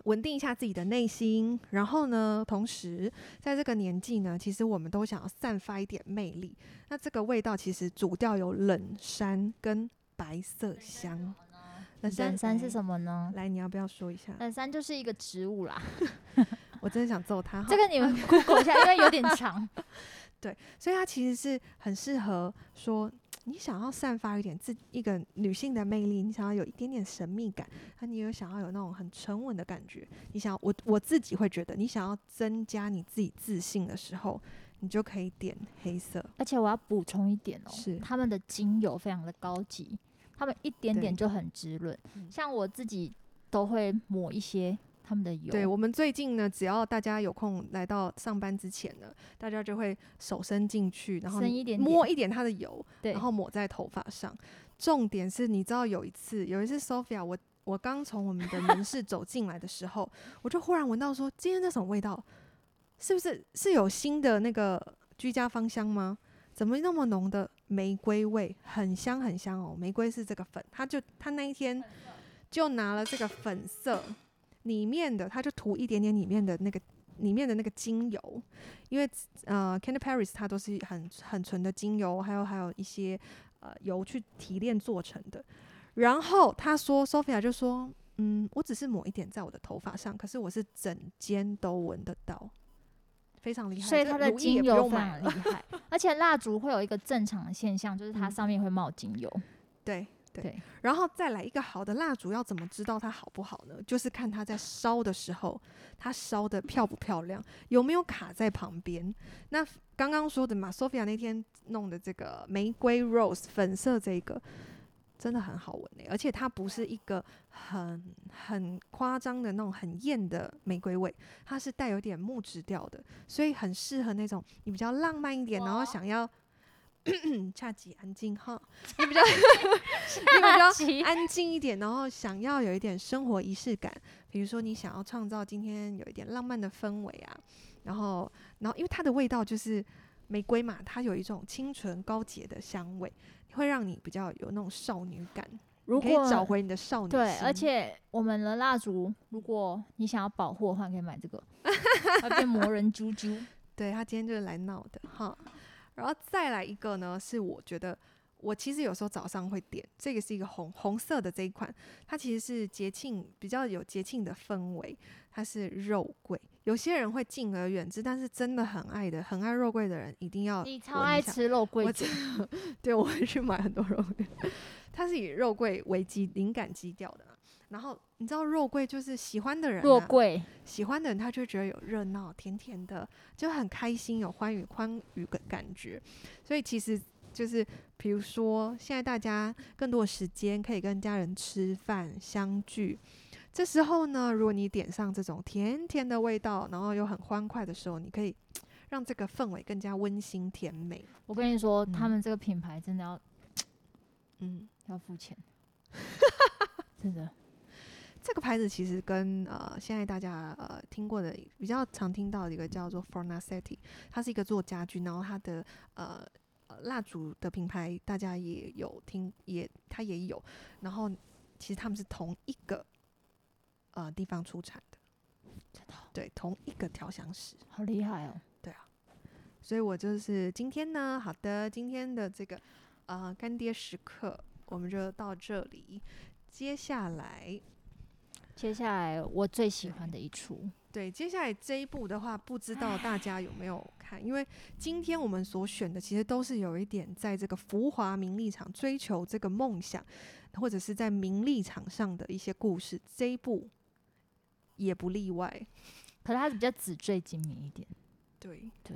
[SPEAKER 2] 稳定一下自己的内心，然后呢，同时在这个年纪呢，其实我们都想要散发一点魅力。那这个味道其实主调有冷杉跟白色香。冷
[SPEAKER 1] 冷杉是
[SPEAKER 2] 么？
[SPEAKER 1] 什么呢？
[SPEAKER 2] 来，你要不要说一下？
[SPEAKER 1] 冷杉就是一个植物啦，
[SPEAKER 2] 我真的想揍他。
[SPEAKER 1] 这个你们 Google 一下，因为有点
[SPEAKER 2] [laughs]
[SPEAKER 1] 长。
[SPEAKER 2] 所以它其实是很适合说，你想要散发一点自一个女性的魅力，你想要有一点点神秘感，那你有想要有那种很沉稳的感觉，你想我我自己会觉得，你想要增加你自己自信的时候，你就可以点黑色。
[SPEAKER 1] 而且我要补充一点哦，
[SPEAKER 2] 是
[SPEAKER 1] 他们的精油非常的高级，他们一点点
[SPEAKER 2] 对
[SPEAKER 1] 就很滋润。
[SPEAKER 2] 嗯
[SPEAKER 1] 像我自己都会抹一些他们的油，
[SPEAKER 2] 对我们最近呢，只要大家有空来到上班之前呢，大家就会手伸进去，然后
[SPEAKER 1] 伸一点
[SPEAKER 2] 摸一点它的油，
[SPEAKER 1] 对
[SPEAKER 2] 然后抹在头发上。重点是，你知道有一次，有一次 Sophia，我我刚从我们的门市走进来的时候，我就忽然闻到说，今天这种味道是不是是有新的那个居家芳香吗？怎么那么浓的玫瑰味，很香很香哦！玫瑰是这个粉，他就他那一天就拿了这个粉色里面的，他就涂一点点里面的那个里面的那个精油，因为呃 c a n d y Paris 它都是很很纯的精油，还有还有一些呃油去提炼做成的。然后他说，Sophia 就说，嗯，我只是抹一点在我的头发上，可是我是整间都闻得到，非常厉害。
[SPEAKER 1] 所以
[SPEAKER 2] 这
[SPEAKER 1] 它的
[SPEAKER 2] 乳液也
[SPEAKER 1] 精
[SPEAKER 2] 不
[SPEAKER 1] 油
[SPEAKER 2] 用
[SPEAKER 1] 非
[SPEAKER 2] 买
[SPEAKER 1] 常厉
[SPEAKER 2] [laughs]
[SPEAKER 1] 害。而且蜡烛会有一个正常的现象，就是它
[SPEAKER 2] 嗯
[SPEAKER 1] 上面会冒精油。
[SPEAKER 2] 对对
[SPEAKER 1] 对
[SPEAKER 2] 然后再来一个好的蜡烛，要怎么知道它好不好呢？就是看它在烧的时候，它烧的漂不漂亮，有没有卡在旁边。那刚刚说的嘛，Sophia 那天弄的这个玫瑰 rose 粉色这个。真的很好闻欸诶、而且它不是一个很很夸张的那种很艳的玫瑰味，它是带有点木质调的，所以很适合那种你比较浪漫一点，然后
[SPEAKER 1] 哇
[SPEAKER 2] 想要嗯恰吉安静哈，你比较你比
[SPEAKER 1] [laughs]
[SPEAKER 2] 较
[SPEAKER 1] 奇
[SPEAKER 2] 安静一点，然后想要有一点生活仪式感，比如说你想要创造今天有一点浪漫的氛围啊，然后，然后因为它的味道就是玫瑰嘛，它有一种清纯高洁的香味，会让你比较有那种少女感，
[SPEAKER 1] 如
[SPEAKER 2] 你可
[SPEAKER 1] 果
[SPEAKER 2] 以找回你的少女
[SPEAKER 1] 对，
[SPEAKER 2] 心
[SPEAKER 1] 而且我们的蜡烛，如果你想要保护的话，你可以买 [laughs] 这个，它变魔人啾
[SPEAKER 2] 哦
[SPEAKER 1] 啾。
[SPEAKER 2] 对他今天就是来闹的哈。然后再来一个呢，是我觉得我其实有时候早上会点，这个是一个红红色的这一款，它其实是节庆比较有节庆的氛围，它是肉桂。有些人会敬而远之，但是真的很爱的，很爱肉桂的人一定要
[SPEAKER 1] 你超
[SPEAKER 2] 闻一
[SPEAKER 1] 爱
[SPEAKER 2] 下
[SPEAKER 1] 吃肉桂
[SPEAKER 2] 我
[SPEAKER 1] 卷，
[SPEAKER 2] 对，我会去买很多肉桂，它是以肉桂为基灵感基调的嘛。然后你知道肉桂就是喜欢的人、
[SPEAKER 1] 肉
[SPEAKER 2] 啊，
[SPEAKER 1] 桂
[SPEAKER 2] 喜欢的人他就觉得有热闹、甜甜的，就很开心，有欢愉欢愉的感觉。所以其实就是比如说，现在大家更多的时间可以跟家人吃饭相聚。这时候呢，如果你点上这种甜甜的味道，然后又很欢快的时候，你可以让这个氛围更加温馨甜美。
[SPEAKER 1] 我跟你说，他
[SPEAKER 2] 嗯
[SPEAKER 1] 们这个品牌真的要
[SPEAKER 2] 嗯，
[SPEAKER 1] 要付 [laughs] 钱，真的。
[SPEAKER 2] 这个牌子其实跟呃现在大家呃听过的比较常听到的一个叫做 Fornasetti，它是一个做家具，然后它的呃呃蜡烛的品牌大家也有听，也它也有，然后其实他们是同一个呃地方出产的，对，同一个调香师。
[SPEAKER 1] 好厉害哦！
[SPEAKER 2] 所以我就是今天呢，好的，今天的这个呃干爹时刻我们就到这里，接下来
[SPEAKER 1] 接下来我最喜欢的一出，
[SPEAKER 2] 对，接下来这一部的话，不知道大家有没有看？因为今天我们所选的其实都是有一点在这个浮华名利场追求这个梦想，或者是在名利场上的一些故事。这一部也不例外。
[SPEAKER 1] 可是它比较纸醉金迷一点
[SPEAKER 2] 对
[SPEAKER 1] 对，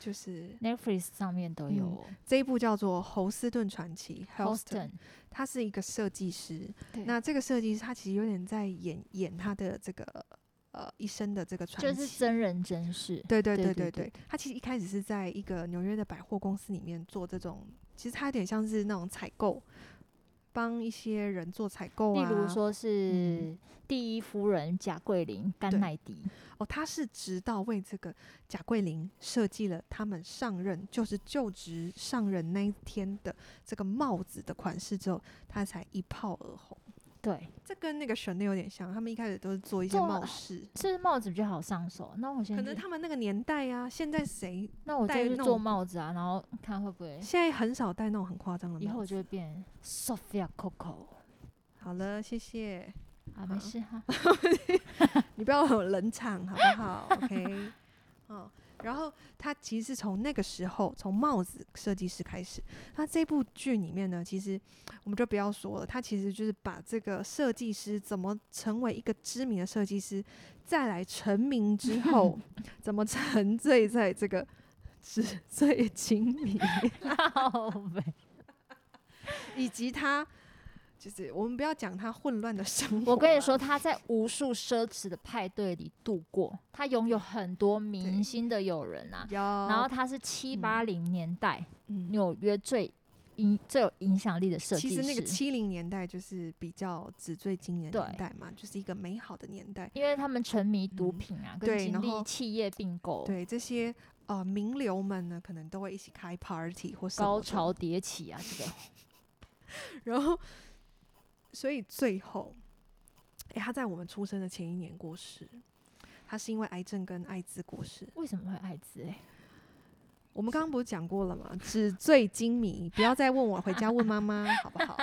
[SPEAKER 2] 就是
[SPEAKER 1] ，Netflix 上面
[SPEAKER 2] 嗯
[SPEAKER 1] 都有哦。
[SPEAKER 2] 这一部叫做《侯斯顿传奇》（Houston），
[SPEAKER 1] Houston
[SPEAKER 2] 他是一个设计师。
[SPEAKER 1] 对
[SPEAKER 2] 那这个设计师他其实有点在演演他的这个呃一生的这个传
[SPEAKER 1] 就
[SPEAKER 2] 奇，
[SPEAKER 1] 是真人真事，
[SPEAKER 2] 对对
[SPEAKER 1] 对
[SPEAKER 2] 对
[SPEAKER 1] 对
[SPEAKER 2] 对
[SPEAKER 1] 对
[SPEAKER 2] 对，他其实一开始是在一个纽约的百货公司里面做这种，其实他有点像是那种采购，帮一些人做采购
[SPEAKER 1] 例
[SPEAKER 2] 啊。
[SPEAKER 1] 如，说是第一夫人贾桂林、甘
[SPEAKER 2] 对
[SPEAKER 1] 乃迪，
[SPEAKER 2] 哦，他是直到为这个贾桂林设计了他们上任，就是就职上任那一天的这个帽子的款式之后，他才一炮而红。
[SPEAKER 1] 对，
[SPEAKER 2] 这跟那个 Chanel 有点像，他们一开始都是做一些
[SPEAKER 1] 做啊
[SPEAKER 2] 帽
[SPEAKER 1] 了
[SPEAKER 2] 饰，
[SPEAKER 1] 是帽子比较好上手。那我先
[SPEAKER 2] 可
[SPEAKER 1] 去，
[SPEAKER 2] 能他们那个年代啊，现在谁
[SPEAKER 1] 那我
[SPEAKER 2] 戴
[SPEAKER 1] 就去
[SPEAKER 2] 那
[SPEAKER 1] 做
[SPEAKER 2] 种
[SPEAKER 1] 帽子啊，然后看会不会
[SPEAKER 2] 现在很少戴那种很夸张的
[SPEAKER 1] 以后
[SPEAKER 2] 帽
[SPEAKER 1] 我
[SPEAKER 2] 子。
[SPEAKER 1] 就会变 Sophia
[SPEAKER 2] [laughs]
[SPEAKER 1] Coco
[SPEAKER 2] 好了，谢谢。
[SPEAKER 1] 啊，没
[SPEAKER 2] 好
[SPEAKER 1] 事
[SPEAKER 2] [laughs]
[SPEAKER 1] 哈。 [laughs]
[SPEAKER 2] 你不要有冷场，好不好 [laughs] ？OK，哦，然后他其实是从那个时候，从帽子设计师开始。那这部剧里面呢，其实我们就不要说了，他其实就是把这个设计师怎么成为一个知名的设计师，再来成名之
[SPEAKER 1] [laughs]
[SPEAKER 2] 后，怎么沉醉在这个纸醉金迷，
[SPEAKER 1] 靠北
[SPEAKER 2] 以及他。就是我们不要讲他混乱的生活啊。
[SPEAKER 1] 我跟你说，他在无数奢侈的派对里度过，他拥有很多明星的友人啊。
[SPEAKER 2] 有，
[SPEAKER 1] 然
[SPEAKER 2] 然
[SPEAKER 1] 后他是七八零年代
[SPEAKER 2] 嗯
[SPEAKER 1] 纽约最影最有影响力的设计
[SPEAKER 2] 其
[SPEAKER 1] 师，
[SPEAKER 2] 实那个七零年代就是比较纸醉金迷的年
[SPEAKER 1] 对
[SPEAKER 2] 代嘛，就是一个美好的年代。
[SPEAKER 1] 因为他们沉迷毒
[SPEAKER 2] 嗯
[SPEAKER 1] 品啊，跟
[SPEAKER 2] 对
[SPEAKER 1] 经
[SPEAKER 2] 然
[SPEAKER 1] 历
[SPEAKER 2] 后
[SPEAKER 1] 企业并购，
[SPEAKER 2] 对这些呃名流们呢，可能都会一起开 party 或什么
[SPEAKER 1] 高
[SPEAKER 2] 的，
[SPEAKER 1] 潮迭起啊，这
[SPEAKER 2] [laughs]
[SPEAKER 1] 个
[SPEAKER 2] 然后所以最后，哎、他在我们出生的前一年过世，他是因为癌症跟艾滋过世。
[SPEAKER 1] 为什么会艾滋、欸？
[SPEAKER 2] 我们刚刚不是讲过了吗？纸醉金迷，不要再问我，回家问妈妈好不好？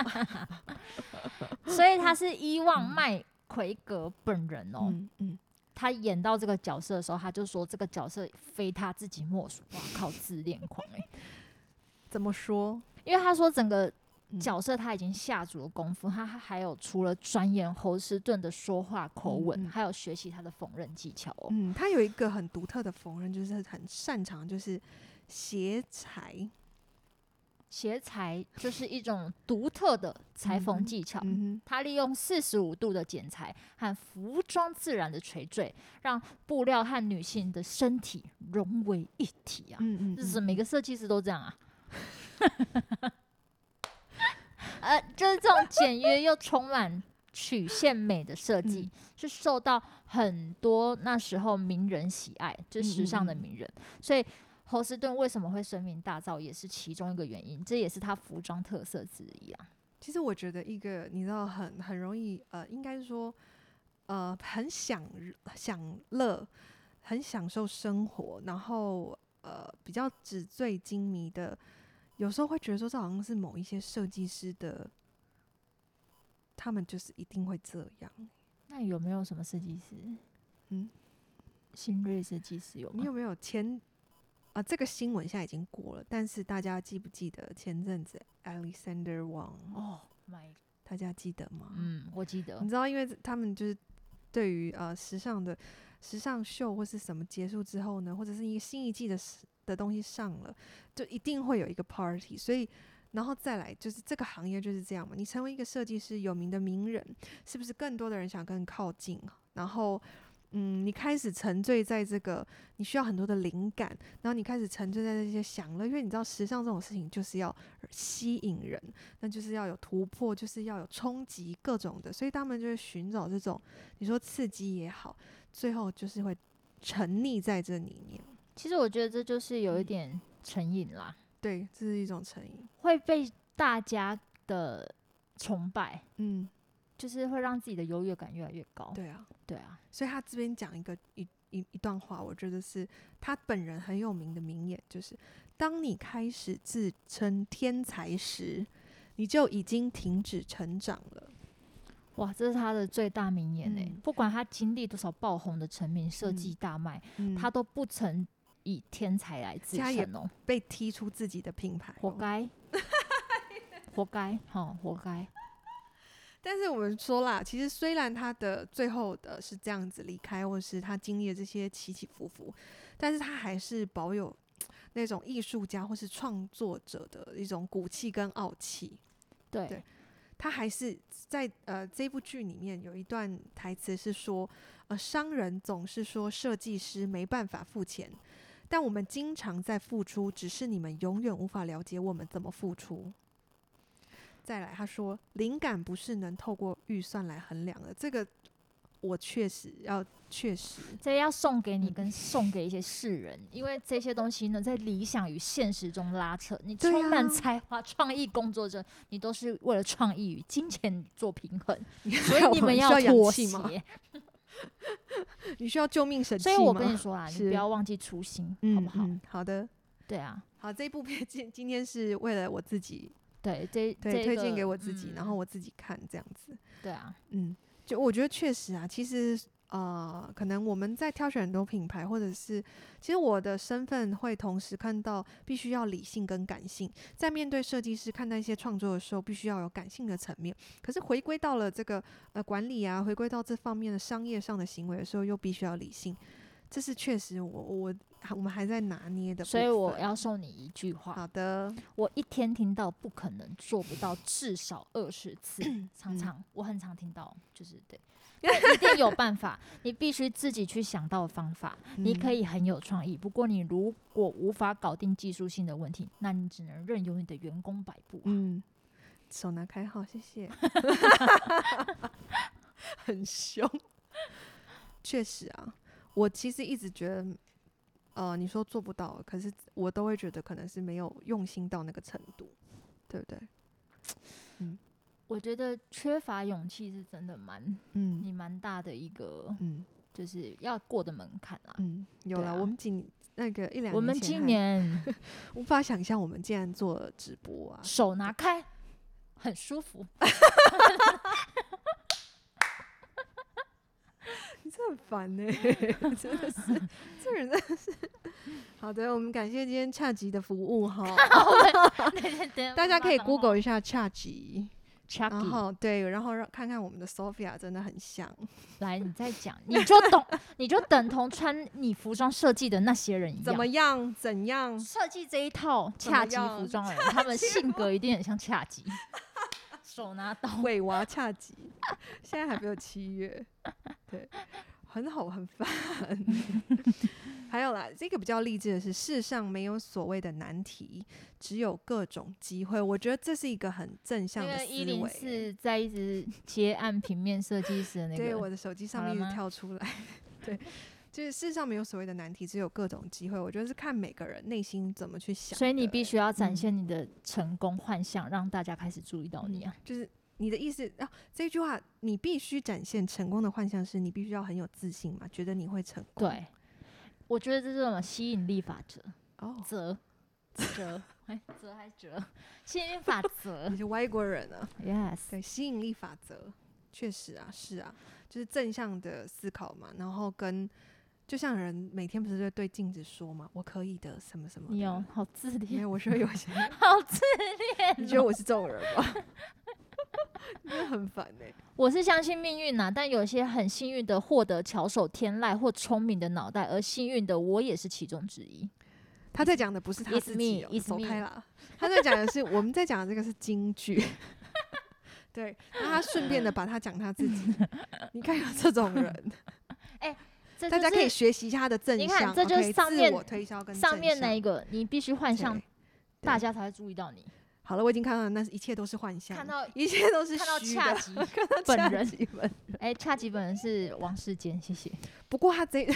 [SPEAKER 2] [laughs]
[SPEAKER 1] 所以他是伊万麦奎格本人哦。
[SPEAKER 2] 嗯嗯，
[SPEAKER 1] 他演到这个角色的时候，他就说这个角色非他自己莫属。哇靠，自恋狂哎、
[SPEAKER 2] 怎么说？
[SPEAKER 1] [laughs] 因为他说整个
[SPEAKER 2] 嗯
[SPEAKER 1] 角色他已经下足了功夫，他还有除了钻研侯斯顿的说话口吻，
[SPEAKER 2] 嗯嗯
[SPEAKER 1] 还有学习他的缝纫技巧哦。
[SPEAKER 2] 嗯，他有一个很独特的缝纫，就是很擅长，就是斜裁。
[SPEAKER 1] 鞋裁就是一种独特的裁缝技巧。
[SPEAKER 2] 嗯
[SPEAKER 1] 他利用四十五度的剪裁和服装自然的垂坠，让布料和女性的身体融为一体啊！
[SPEAKER 2] 哼，嗯嗯
[SPEAKER 1] 这
[SPEAKER 2] 嗯，
[SPEAKER 1] 是每个设计师都这样啊。呃，就是这种简约又充满曲线美的设计，
[SPEAKER 2] 嗯
[SPEAKER 1] 是受到很多那时候名人喜爱，就是时尚的
[SPEAKER 2] 嗯嗯嗯
[SPEAKER 1] 名人。所以侯斯顿为什么会声名大噪，也是其中一个原因，这也是他服装特色之一啊。
[SPEAKER 2] 其实我觉得一个你知道很很容易呃，应该说呃很享享乐，很享受生活，然后呃比较纸醉金迷的有时候会觉得说，这好像是某一些设计师的，他们就是一定会这样。
[SPEAKER 1] 那有没有什么设计师？
[SPEAKER 2] 嗯，
[SPEAKER 1] 新锐设计师有
[SPEAKER 2] 你
[SPEAKER 1] 吗？
[SPEAKER 2] 有没有前啊？这个新闻现在已经过了，但是大家记不记得前阵子 Alexander Wang？
[SPEAKER 1] 哦，My，
[SPEAKER 2] 大家记得吗？
[SPEAKER 1] 嗯，我记得
[SPEAKER 2] 你，知道，因为他们就是对于呃时尚的时尚秀或是什么结束之后呢，或者是一个新一季的时的东西上了，就一定会有一个 party，所以。然后再来就是这个行业就是这样嘛，你成为一个设计师，有名的名人，是不是更多的人想跟你靠近？然后，嗯，你开始沉醉在这个，你需要很多的灵感，然后你开始沉醉在这些享乐，因为你知道时尚这种事情就是要吸引人，那就是要有突破，就是要有冲击各种的，所以他们就会寻找这种你说刺激也好，最后就是会沉溺在这里面。
[SPEAKER 1] 其实我觉得这就是有一
[SPEAKER 2] 嗯
[SPEAKER 1] 点成瘾啦，
[SPEAKER 2] 对，这是一种成瘾。
[SPEAKER 1] 会被大家的崇拜，
[SPEAKER 2] 嗯，
[SPEAKER 1] 就是会让自己的优越感越来越高。
[SPEAKER 2] 对啊。
[SPEAKER 1] 对啊，
[SPEAKER 2] 所以他这边讲一个一一一段话，我觉得是他本人很有名的名言，就是当你开始自称天才时，你就已经停止成长了。
[SPEAKER 1] 哇，这是他的最大名言呢、
[SPEAKER 2] 嗯
[SPEAKER 1] 不管他经历多少爆红的成名、设
[SPEAKER 2] 嗯
[SPEAKER 1] 计大卖，
[SPEAKER 2] 嗯，
[SPEAKER 1] 他都不曾以天才来自
[SPEAKER 2] 加也
[SPEAKER 1] 称哦、
[SPEAKER 2] 被踢出自己的品牌、哦
[SPEAKER 1] 活。该，活该，好，活该。
[SPEAKER 2] 但是我们说啦，其实虽然他的最后的是这样子离开，或是他经历了这些起起伏伏，但是他还是保有那种艺术家或是创作者的一种骨气跟傲气。
[SPEAKER 1] 对，
[SPEAKER 2] 对他还是在呃这部剧里面有一段台词是说，呃，商人总是说设计师没办法付钱，但我们经常在付出，只是你们永远无法了解我们怎么付出。再来，他说灵感不是能透过预算来衡量的，这个我确实要确实，
[SPEAKER 1] 这要送给你，
[SPEAKER 2] 嗯
[SPEAKER 1] 跟送给一些世人，因为这些东西呢，在理想与现实中拉扯。你
[SPEAKER 2] 对
[SPEAKER 1] 充满
[SPEAKER 2] 啊
[SPEAKER 1] 才华、创意工作者，你都是为了创意与金钱做平
[SPEAKER 2] [laughs]
[SPEAKER 1] 衡，所
[SPEAKER 2] 害
[SPEAKER 1] 以你
[SPEAKER 2] 我
[SPEAKER 1] 们
[SPEAKER 2] 需
[SPEAKER 1] 要
[SPEAKER 2] 要氧
[SPEAKER 1] 妥
[SPEAKER 2] 气吗
[SPEAKER 1] 协。
[SPEAKER 2] 你需要救命神器
[SPEAKER 1] 所
[SPEAKER 2] 吗？
[SPEAKER 1] 以我跟你说啦，啊你
[SPEAKER 2] 是
[SPEAKER 1] 不要忘记初心，好
[SPEAKER 2] 嗯，
[SPEAKER 1] 不好？
[SPEAKER 2] 嗯好的，
[SPEAKER 1] 对啊，
[SPEAKER 2] 好，这部片今今天是为了我自己，
[SPEAKER 1] 对，这
[SPEAKER 2] 对，
[SPEAKER 1] 这
[SPEAKER 2] 推
[SPEAKER 1] 个
[SPEAKER 2] 荐给我自己，然后
[SPEAKER 1] 嗯
[SPEAKER 2] 我自己看这样子。
[SPEAKER 1] 对啊，
[SPEAKER 2] 嗯，就我觉得确实啊，其实呃，可能我们在挑选很多品牌，或者是其实我的身份会同时看到必须要理性跟感性，在面对设计师看待一些创作的时候，必须要有感性的层面。可是回归到了这个呃管理啊，回归到这方面的商业上的行为的时候，又必须要理性。这是确实我，我我们还在拿捏的部
[SPEAKER 1] 所
[SPEAKER 2] 分。
[SPEAKER 1] 以我要送你一句话：
[SPEAKER 2] 好的，
[SPEAKER 1] 我一天听到不可能做不到至少二十次，
[SPEAKER 2] 嗯
[SPEAKER 1] 常常我很常听到，就是
[SPEAKER 2] [laughs]
[SPEAKER 1] 对，但一定有办法，你必须自己去想到方法。你可
[SPEAKER 2] 以
[SPEAKER 1] 以很有创意，不过你如果无法搞定技术性的问题，那你只能任由你的员工摆布啊、
[SPEAKER 2] 嗯，手拿开好，谢
[SPEAKER 1] [laughs]
[SPEAKER 2] 谢。很凶，确实啊，我其实一直觉得，嗯呃，你说做不到，可是我都会觉得可能是没有用心到那个程度，对不对？
[SPEAKER 1] 我觉得缺乏勇气是真的蛮
[SPEAKER 2] 嗯
[SPEAKER 1] 你蛮大的一个，
[SPEAKER 2] 嗯
[SPEAKER 1] 就是要过的门槛啊。
[SPEAKER 2] 嗯，有
[SPEAKER 1] 对
[SPEAKER 2] 了、
[SPEAKER 1] 啊
[SPEAKER 2] 我们今那个一两，
[SPEAKER 1] 我们今
[SPEAKER 2] [laughs]
[SPEAKER 1] 年
[SPEAKER 2] 无法想象我们竟然做了直
[SPEAKER 1] [laughs]
[SPEAKER 2] 播啊，
[SPEAKER 1] 手拿开，很舒
[SPEAKER 2] [laughs]
[SPEAKER 1] 服。
[SPEAKER 2] 你真的很
[SPEAKER 1] [laughs]
[SPEAKER 2] 烦呢、真的是，这人真的是。好的，我们感谢今天恰吉的服务哈，大家可以 Google 一下恰吉，然
[SPEAKER 1] Chucky，
[SPEAKER 2] 后对，然后让看看我们的 Sophia 真的很像。
[SPEAKER 1] 来你再讲， [laughs] 你就懂，你就等同穿你服装设计的那些人一
[SPEAKER 2] 怎么
[SPEAKER 1] 样。
[SPEAKER 2] 样？怎样？
[SPEAKER 1] [laughs] 设计这一套
[SPEAKER 2] 怎么
[SPEAKER 1] 恰吉服
[SPEAKER 2] 样
[SPEAKER 1] 装的人，他们性格一定很像恰
[SPEAKER 2] [laughs]
[SPEAKER 1] 吉，手拿刀。
[SPEAKER 2] 尾娃恰吉，现在还没有七月，对，很好，很烦。 [laughs] 还有啦，这个比较励志的是，世上没有所谓的难题，只有各种机会。我觉得这是一个很正向
[SPEAKER 1] 因
[SPEAKER 2] 的
[SPEAKER 1] 为一
[SPEAKER 2] 思
[SPEAKER 1] 零
[SPEAKER 2] 维。
[SPEAKER 1] 四在一直接按平面设计师的那
[SPEAKER 2] 对，我
[SPEAKER 1] 个，
[SPEAKER 2] 的手机上
[SPEAKER 1] 好了
[SPEAKER 2] 面一直
[SPEAKER 1] 吗
[SPEAKER 2] 跳出来， [laughs] 对，就是世上没有所谓的难题，只有各种机会。我觉得是看每个人内心怎么去想的欸。
[SPEAKER 1] 所以你必须要展
[SPEAKER 2] 嗯
[SPEAKER 1] 现你的成功幻想，让大家开始注意到你啊。
[SPEAKER 2] 就是你的意思啊，这句话你必须展现成功的幻象是你必须要很有自信嘛，觉得你会成功。
[SPEAKER 1] 对，我觉得这是什么吸引力法则？
[SPEAKER 2] 哦，
[SPEAKER 1] 则折， [laughs] 哎，折还折， [laughs] 吸引力法则
[SPEAKER 2] [laughs] 你是外国人啊？
[SPEAKER 1] ，yes，
[SPEAKER 2] 对，吸引力法则，确实啊，是啊，就是正向的思考嘛，然后跟就像人每天不是就对镜子说嘛，我可以的，什么什么的。
[SPEAKER 1] 你有好自
[SPEAKER 2] 没
[SPEAKER 1] 恋，
[SPEAKER 2] 有？我说有
[SPEAKER 1] [laughs]
[SPEAKER 2] 些，
[SPEAKER 1] 好自 [laughs]
[SPEAKER 2] 你
[SPEAKER 1] 恋
[SPEAKER 2] 觉得
[SPEAKER 1] 哦、
[SPEAKER 2] 我是这种人吗？ [laughs] 你真的很烦哎、
[SPEAKER 1] 我是相信命运呐、但有些很幸运的获得巧手天籁或聪明的脑袋，而幸运的我也是其中之一。
[SPEAKER 2] 他在讲的不是他
[SPEAKER 1] It's
[SPEAKER 2] 自己、哦
[SPEAKER 1] me, it's
[SPEAKER 2] 走
[SPEAKER 1] me
[SPEAKER 2] 开啦。他在讲的是我们在讲的这个是京剧， [laughs] 对，那他顺便的把他讲他
[SPEAKER 1] [laughs]
[SPEAKER 2] 自己，你看有这种人，
[SPEAKER 1] 这
[SPEAKER 2] 大
[SPEAKER 1] 就
[SPEAKER 2] 家可以
[SPEAKER 1] 是
[SPEAKER 2] 学习一下他的正
[SPEAKER 1] 你
[SPEAKER 2] 向，
[SPEAKER 1] 看这就是
[SPEAKER 2] OK，
[SPEAKER 1] 上
[SPEAKER 2] 自
[SPEAKER 1] 面
[SPEAKER 2] 我推销跟
[SPEAKER 1] 上面那
[SPEAKER 2] 那
[SPEAKER 1] 一个，你必须幻象，大
[SPEAKER 2] 对
[SPEAKER 1] 家才会注意到你。
[SPEAKER 2] 好了，我已经看到了，那是一切都是幻象，
[SPEAKER 1] 看到
[SPEAKER 2] 一切都是
[SPEAKER 1] 看到
[SPEAKER 2] 虚
[SPEAKER 1] 恰
[SPEAKER 2] [laughs] 的。
[SPEAKER 1] 吉
[SPEAKER 2] 看到
[SPEAKER 1] 本
[SPEAKER 2] 恰
[SPEAKER 1] 人
[SPEAKER 2] 吉本，
[SPEAKER 1] 哎，恰吉本人是王世坚，谢谢。
[SPEAKER 2] 不过他这 [laughs] 真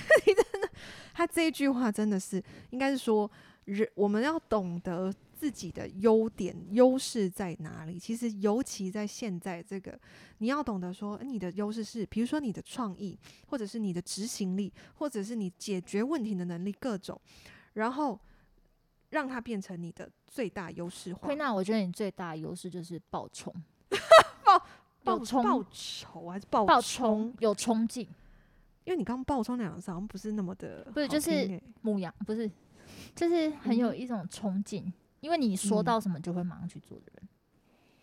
[SPEAKER 2] 的，他这一句话真的是，应该是说，人我们要懂得自己的优点、优势在哪里。其实，尤其在现在这个，你要懂得说，你的优势是，比如说你的创意，或者是你的执行力，或者是你解决问题的能力，各种，然后让它变成你的最大优势化
[SPEAKER 1] 亏。娜，我觉得你最大的优势就是爆冲
[SPEAKER 2] 爆
[SPEAKER 1] 有
[SPEAKER 2] 报
[SPEAKER 1] 冲
[SPEAKER 2] 报仇啊还是报
[SPEAKER 1] 爆
[SPEAKER 2] 冲
[SPEAKER 1] 冲？有冲劲，
[SPEAKER 2] 因为你刚“爆冲”两个字好像不是那么的好听欸，
[SPEAKER 1] 不是就是牧羊不是，就是很有一种冲劲，因为你说
[SPEAKER 2] 嗯
[SPEAKER 1] 到什么就会马上去做的人。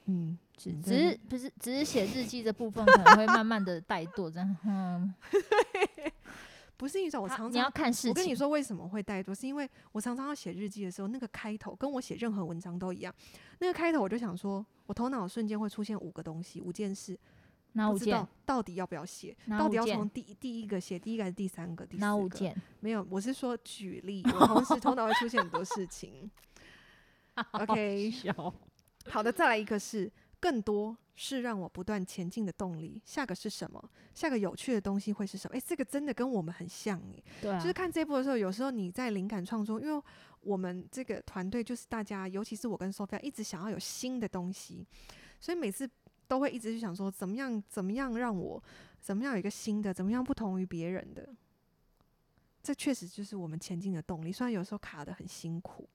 [SPEAKER 2] 嗯，
[SPEAKER 1] 只
[SPEAKER 2] 嗯
[SPEAKER 1] 只是不是只是写日记这部分可能会慢慢的怠惰，这样。嗯，
[SPEAKER 2] 不是一种我
[SPEAKER 1] 好
[SPEAKER 2] 常
[SPEAKER 1] 你要
[SPEAKER 2] 常。
[SPEAKER 1] 看事情。
[SPEAKER 2] 我跟你，说为什么会怠惰，是因为我常常要写日记的时候，那个开头跟我写任何文章都一样。那个开头我就想说，我头脑瞬间会出现五个东西，五件事，
[SPEAKER 1] 哪
[SPEAKER 2] 不
[SPEAKER 1] 五
[SPEAKER 2] 知道
[SPEAKER 1] 件？
[SPEAKER 2] 到底要不要写，
[SPEAKER 1] 哪
[SPEAKER 2] 到
[SPEAKER 1] 五
[SPEAKER 2] 底要
[SPEAKER 1] 件
[SPEAKER 2] 从第第一个写，第一个还是第三个、第四
[SPEAKER 1] 哪五
[SPEAKER 2] 个？
[SPEAKER 1] 件？
[SPEAKER 2] 没有，我是说
[SPEAKER 1] [laughs]
[SPEAKER 2] 举例，我同时头脑会出现很多事情。OK，
[SPEAKER 1] 小
[SPEAKER 2] 好的，再来一个是更多是让我不断前进的动力。下个是什么？下个有趣的东西会是什么？诶，这个真的跟我们很像诶，
[SPEAKER 1] [laughs] 对啊，
[SPEAKER 2] 就是看这部的时候，有时候你在灵感创作，因为我们这个团队就是大家，尤其是我跟 Sophia 一直想要有新的东西，所以每次都会一直去想说，怎么样，怎么样让我，怎么样有一个新的，怎么样不同于别人的。这确实就是我们前进的动力，虽然有时候卡得很辛苦，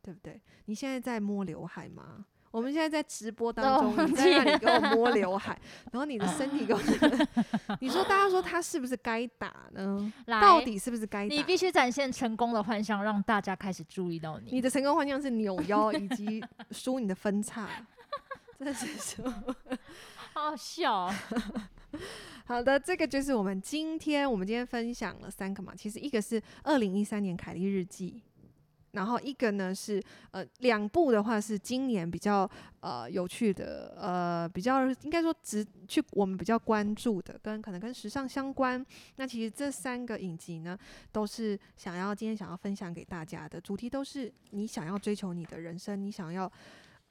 [SPEAKER 2] 对不对？你现在在摸刘海吗？我们现在在直播当中，
[SPEAKER 1] 哦忘
[SPEAKER 2] 你在那
[SPEAKER 1] 记
[SPEAKER 2] 里给我摸刘海，然后你的身
[SPEAKER 1] [laughs]
[SPEAKER 2] 体给我，你说大家说他是不是该打呢？
[SPEAKER 1] 来
[SPEAKER 2] 到底是不是该打？
[SPEAKER 1] 你必须展现成功的幻想，让大家开始注意到
[SPEAKER 2] 你
[SPEAKER 1] 你。
[SPEAKER 2] 的成功方向是扭腰以及输你的分叉，
[SPEAKER 1] [laughs]
[SPEAKER 2] 真的是什么？
[SPEAKER 1] 好好笑
[SPEAKER 2] [laughs]
[SPEAKER 1] 哦、
[SPEAKER 2] 好的，这个就是我们今天我们今天分享了三个嘛，其实一个是二零一三年凯莉日记。然后一个呢是呃两部的话是今年比较呃有趣的呃比较应该说值去我们比较关注的跟可能跟时尚相关。那其实这三个影集呢都是想要今天想要分享给大家的，主题都是你想要追求你的人生，你想要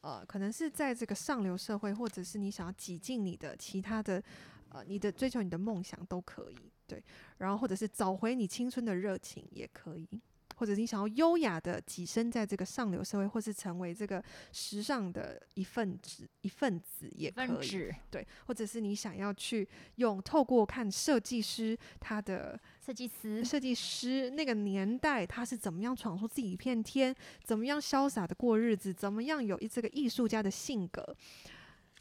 [SPEAKER 2] 呃可能是在这个上流社会，或者是你想要挤进你的其他的呃，你的追求你的梦想都可以，对，然后或者是找回你青春的热情也可以，或者是你想要优雅的跻身在这个上流社会，或是成为这个时尚的一份子一份子也可
[SPEAKER 1] 分
[SPEAKER 2] 以，
[SPEAKER 1] 指
[SPEAKER 2] 对，或者是你想要去用透过看设计师他的
[SPEAKER 1] 设计师，
[SPEAKER 2] 设计师那个年代他是怎么样闯出自己一片天，怎么样潇洒的过日子，怎么样有一这个艺术家的性格，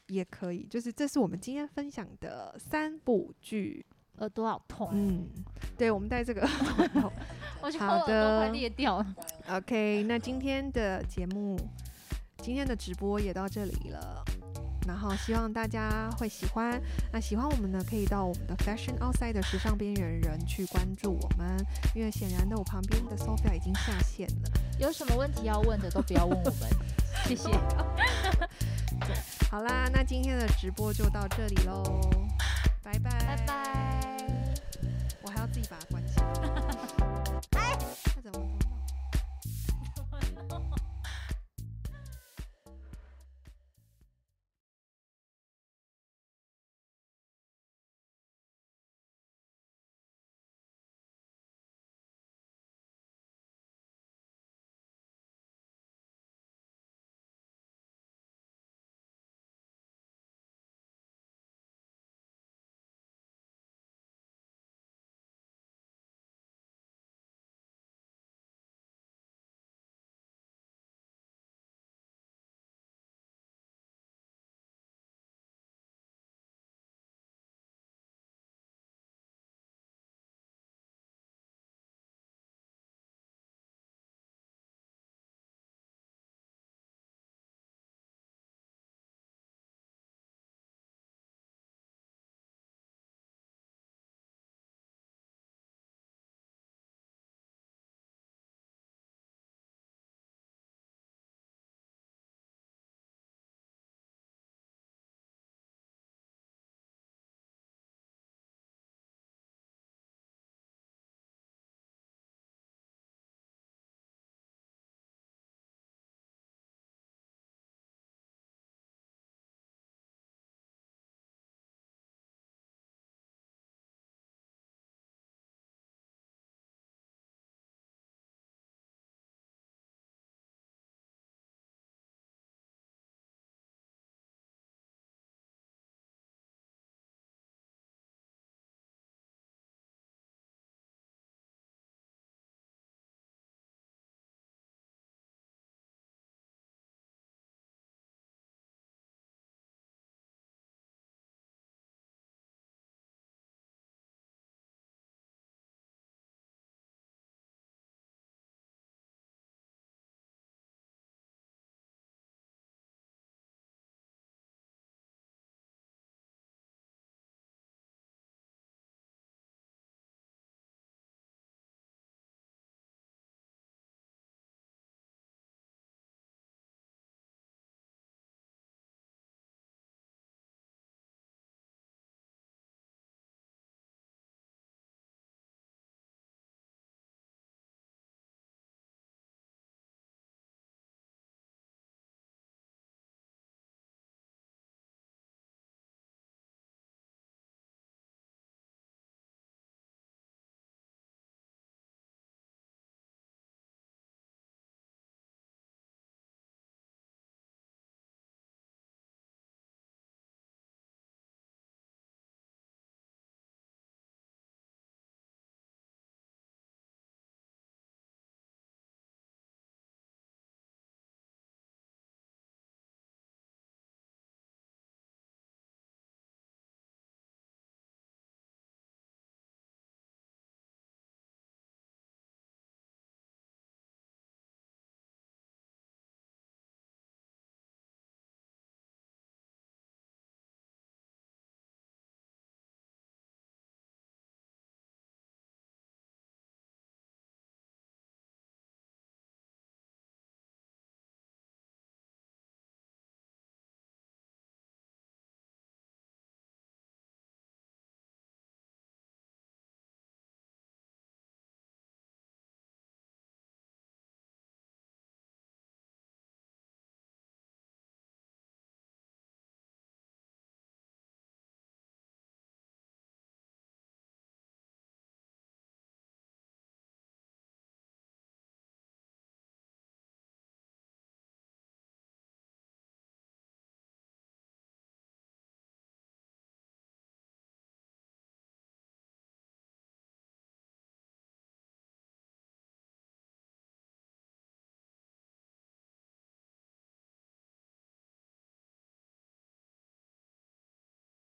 [SPEAKER 2] 也可以。就是这是我们今天分享的三部剧。
[SPEAKER 1] 耳朵好痛，
[SPEAKER 2] 嗯，对，我们带这个头头。
[SPEAKER 1] 我觉得
[SPEAKER 2] 好
[SPEAKER 1] 我耳朵快
[SPEAKER 2] 的
[SPEAKER 1] 裂掉了。
[SPEAKER 2] OK，那今天的节目，今天的直播也到这里了。然后希望大家会喜欢。那喜欢我们呢，可以到我们的 Fashion Outside 的时尚边缘人去关注我们。因为显然的，我旁边的 Sophia 已经下线了。
[SPEAKER 1] 有什么问题要问的都不要问我们，谢谢。
[SPEAKER 2] 好啦，那今天的直播就到这里喽，拜拜。
[SPEAKER 1] 拜拜。
[SPEAKER 2] 我还要自己把它关起来。哎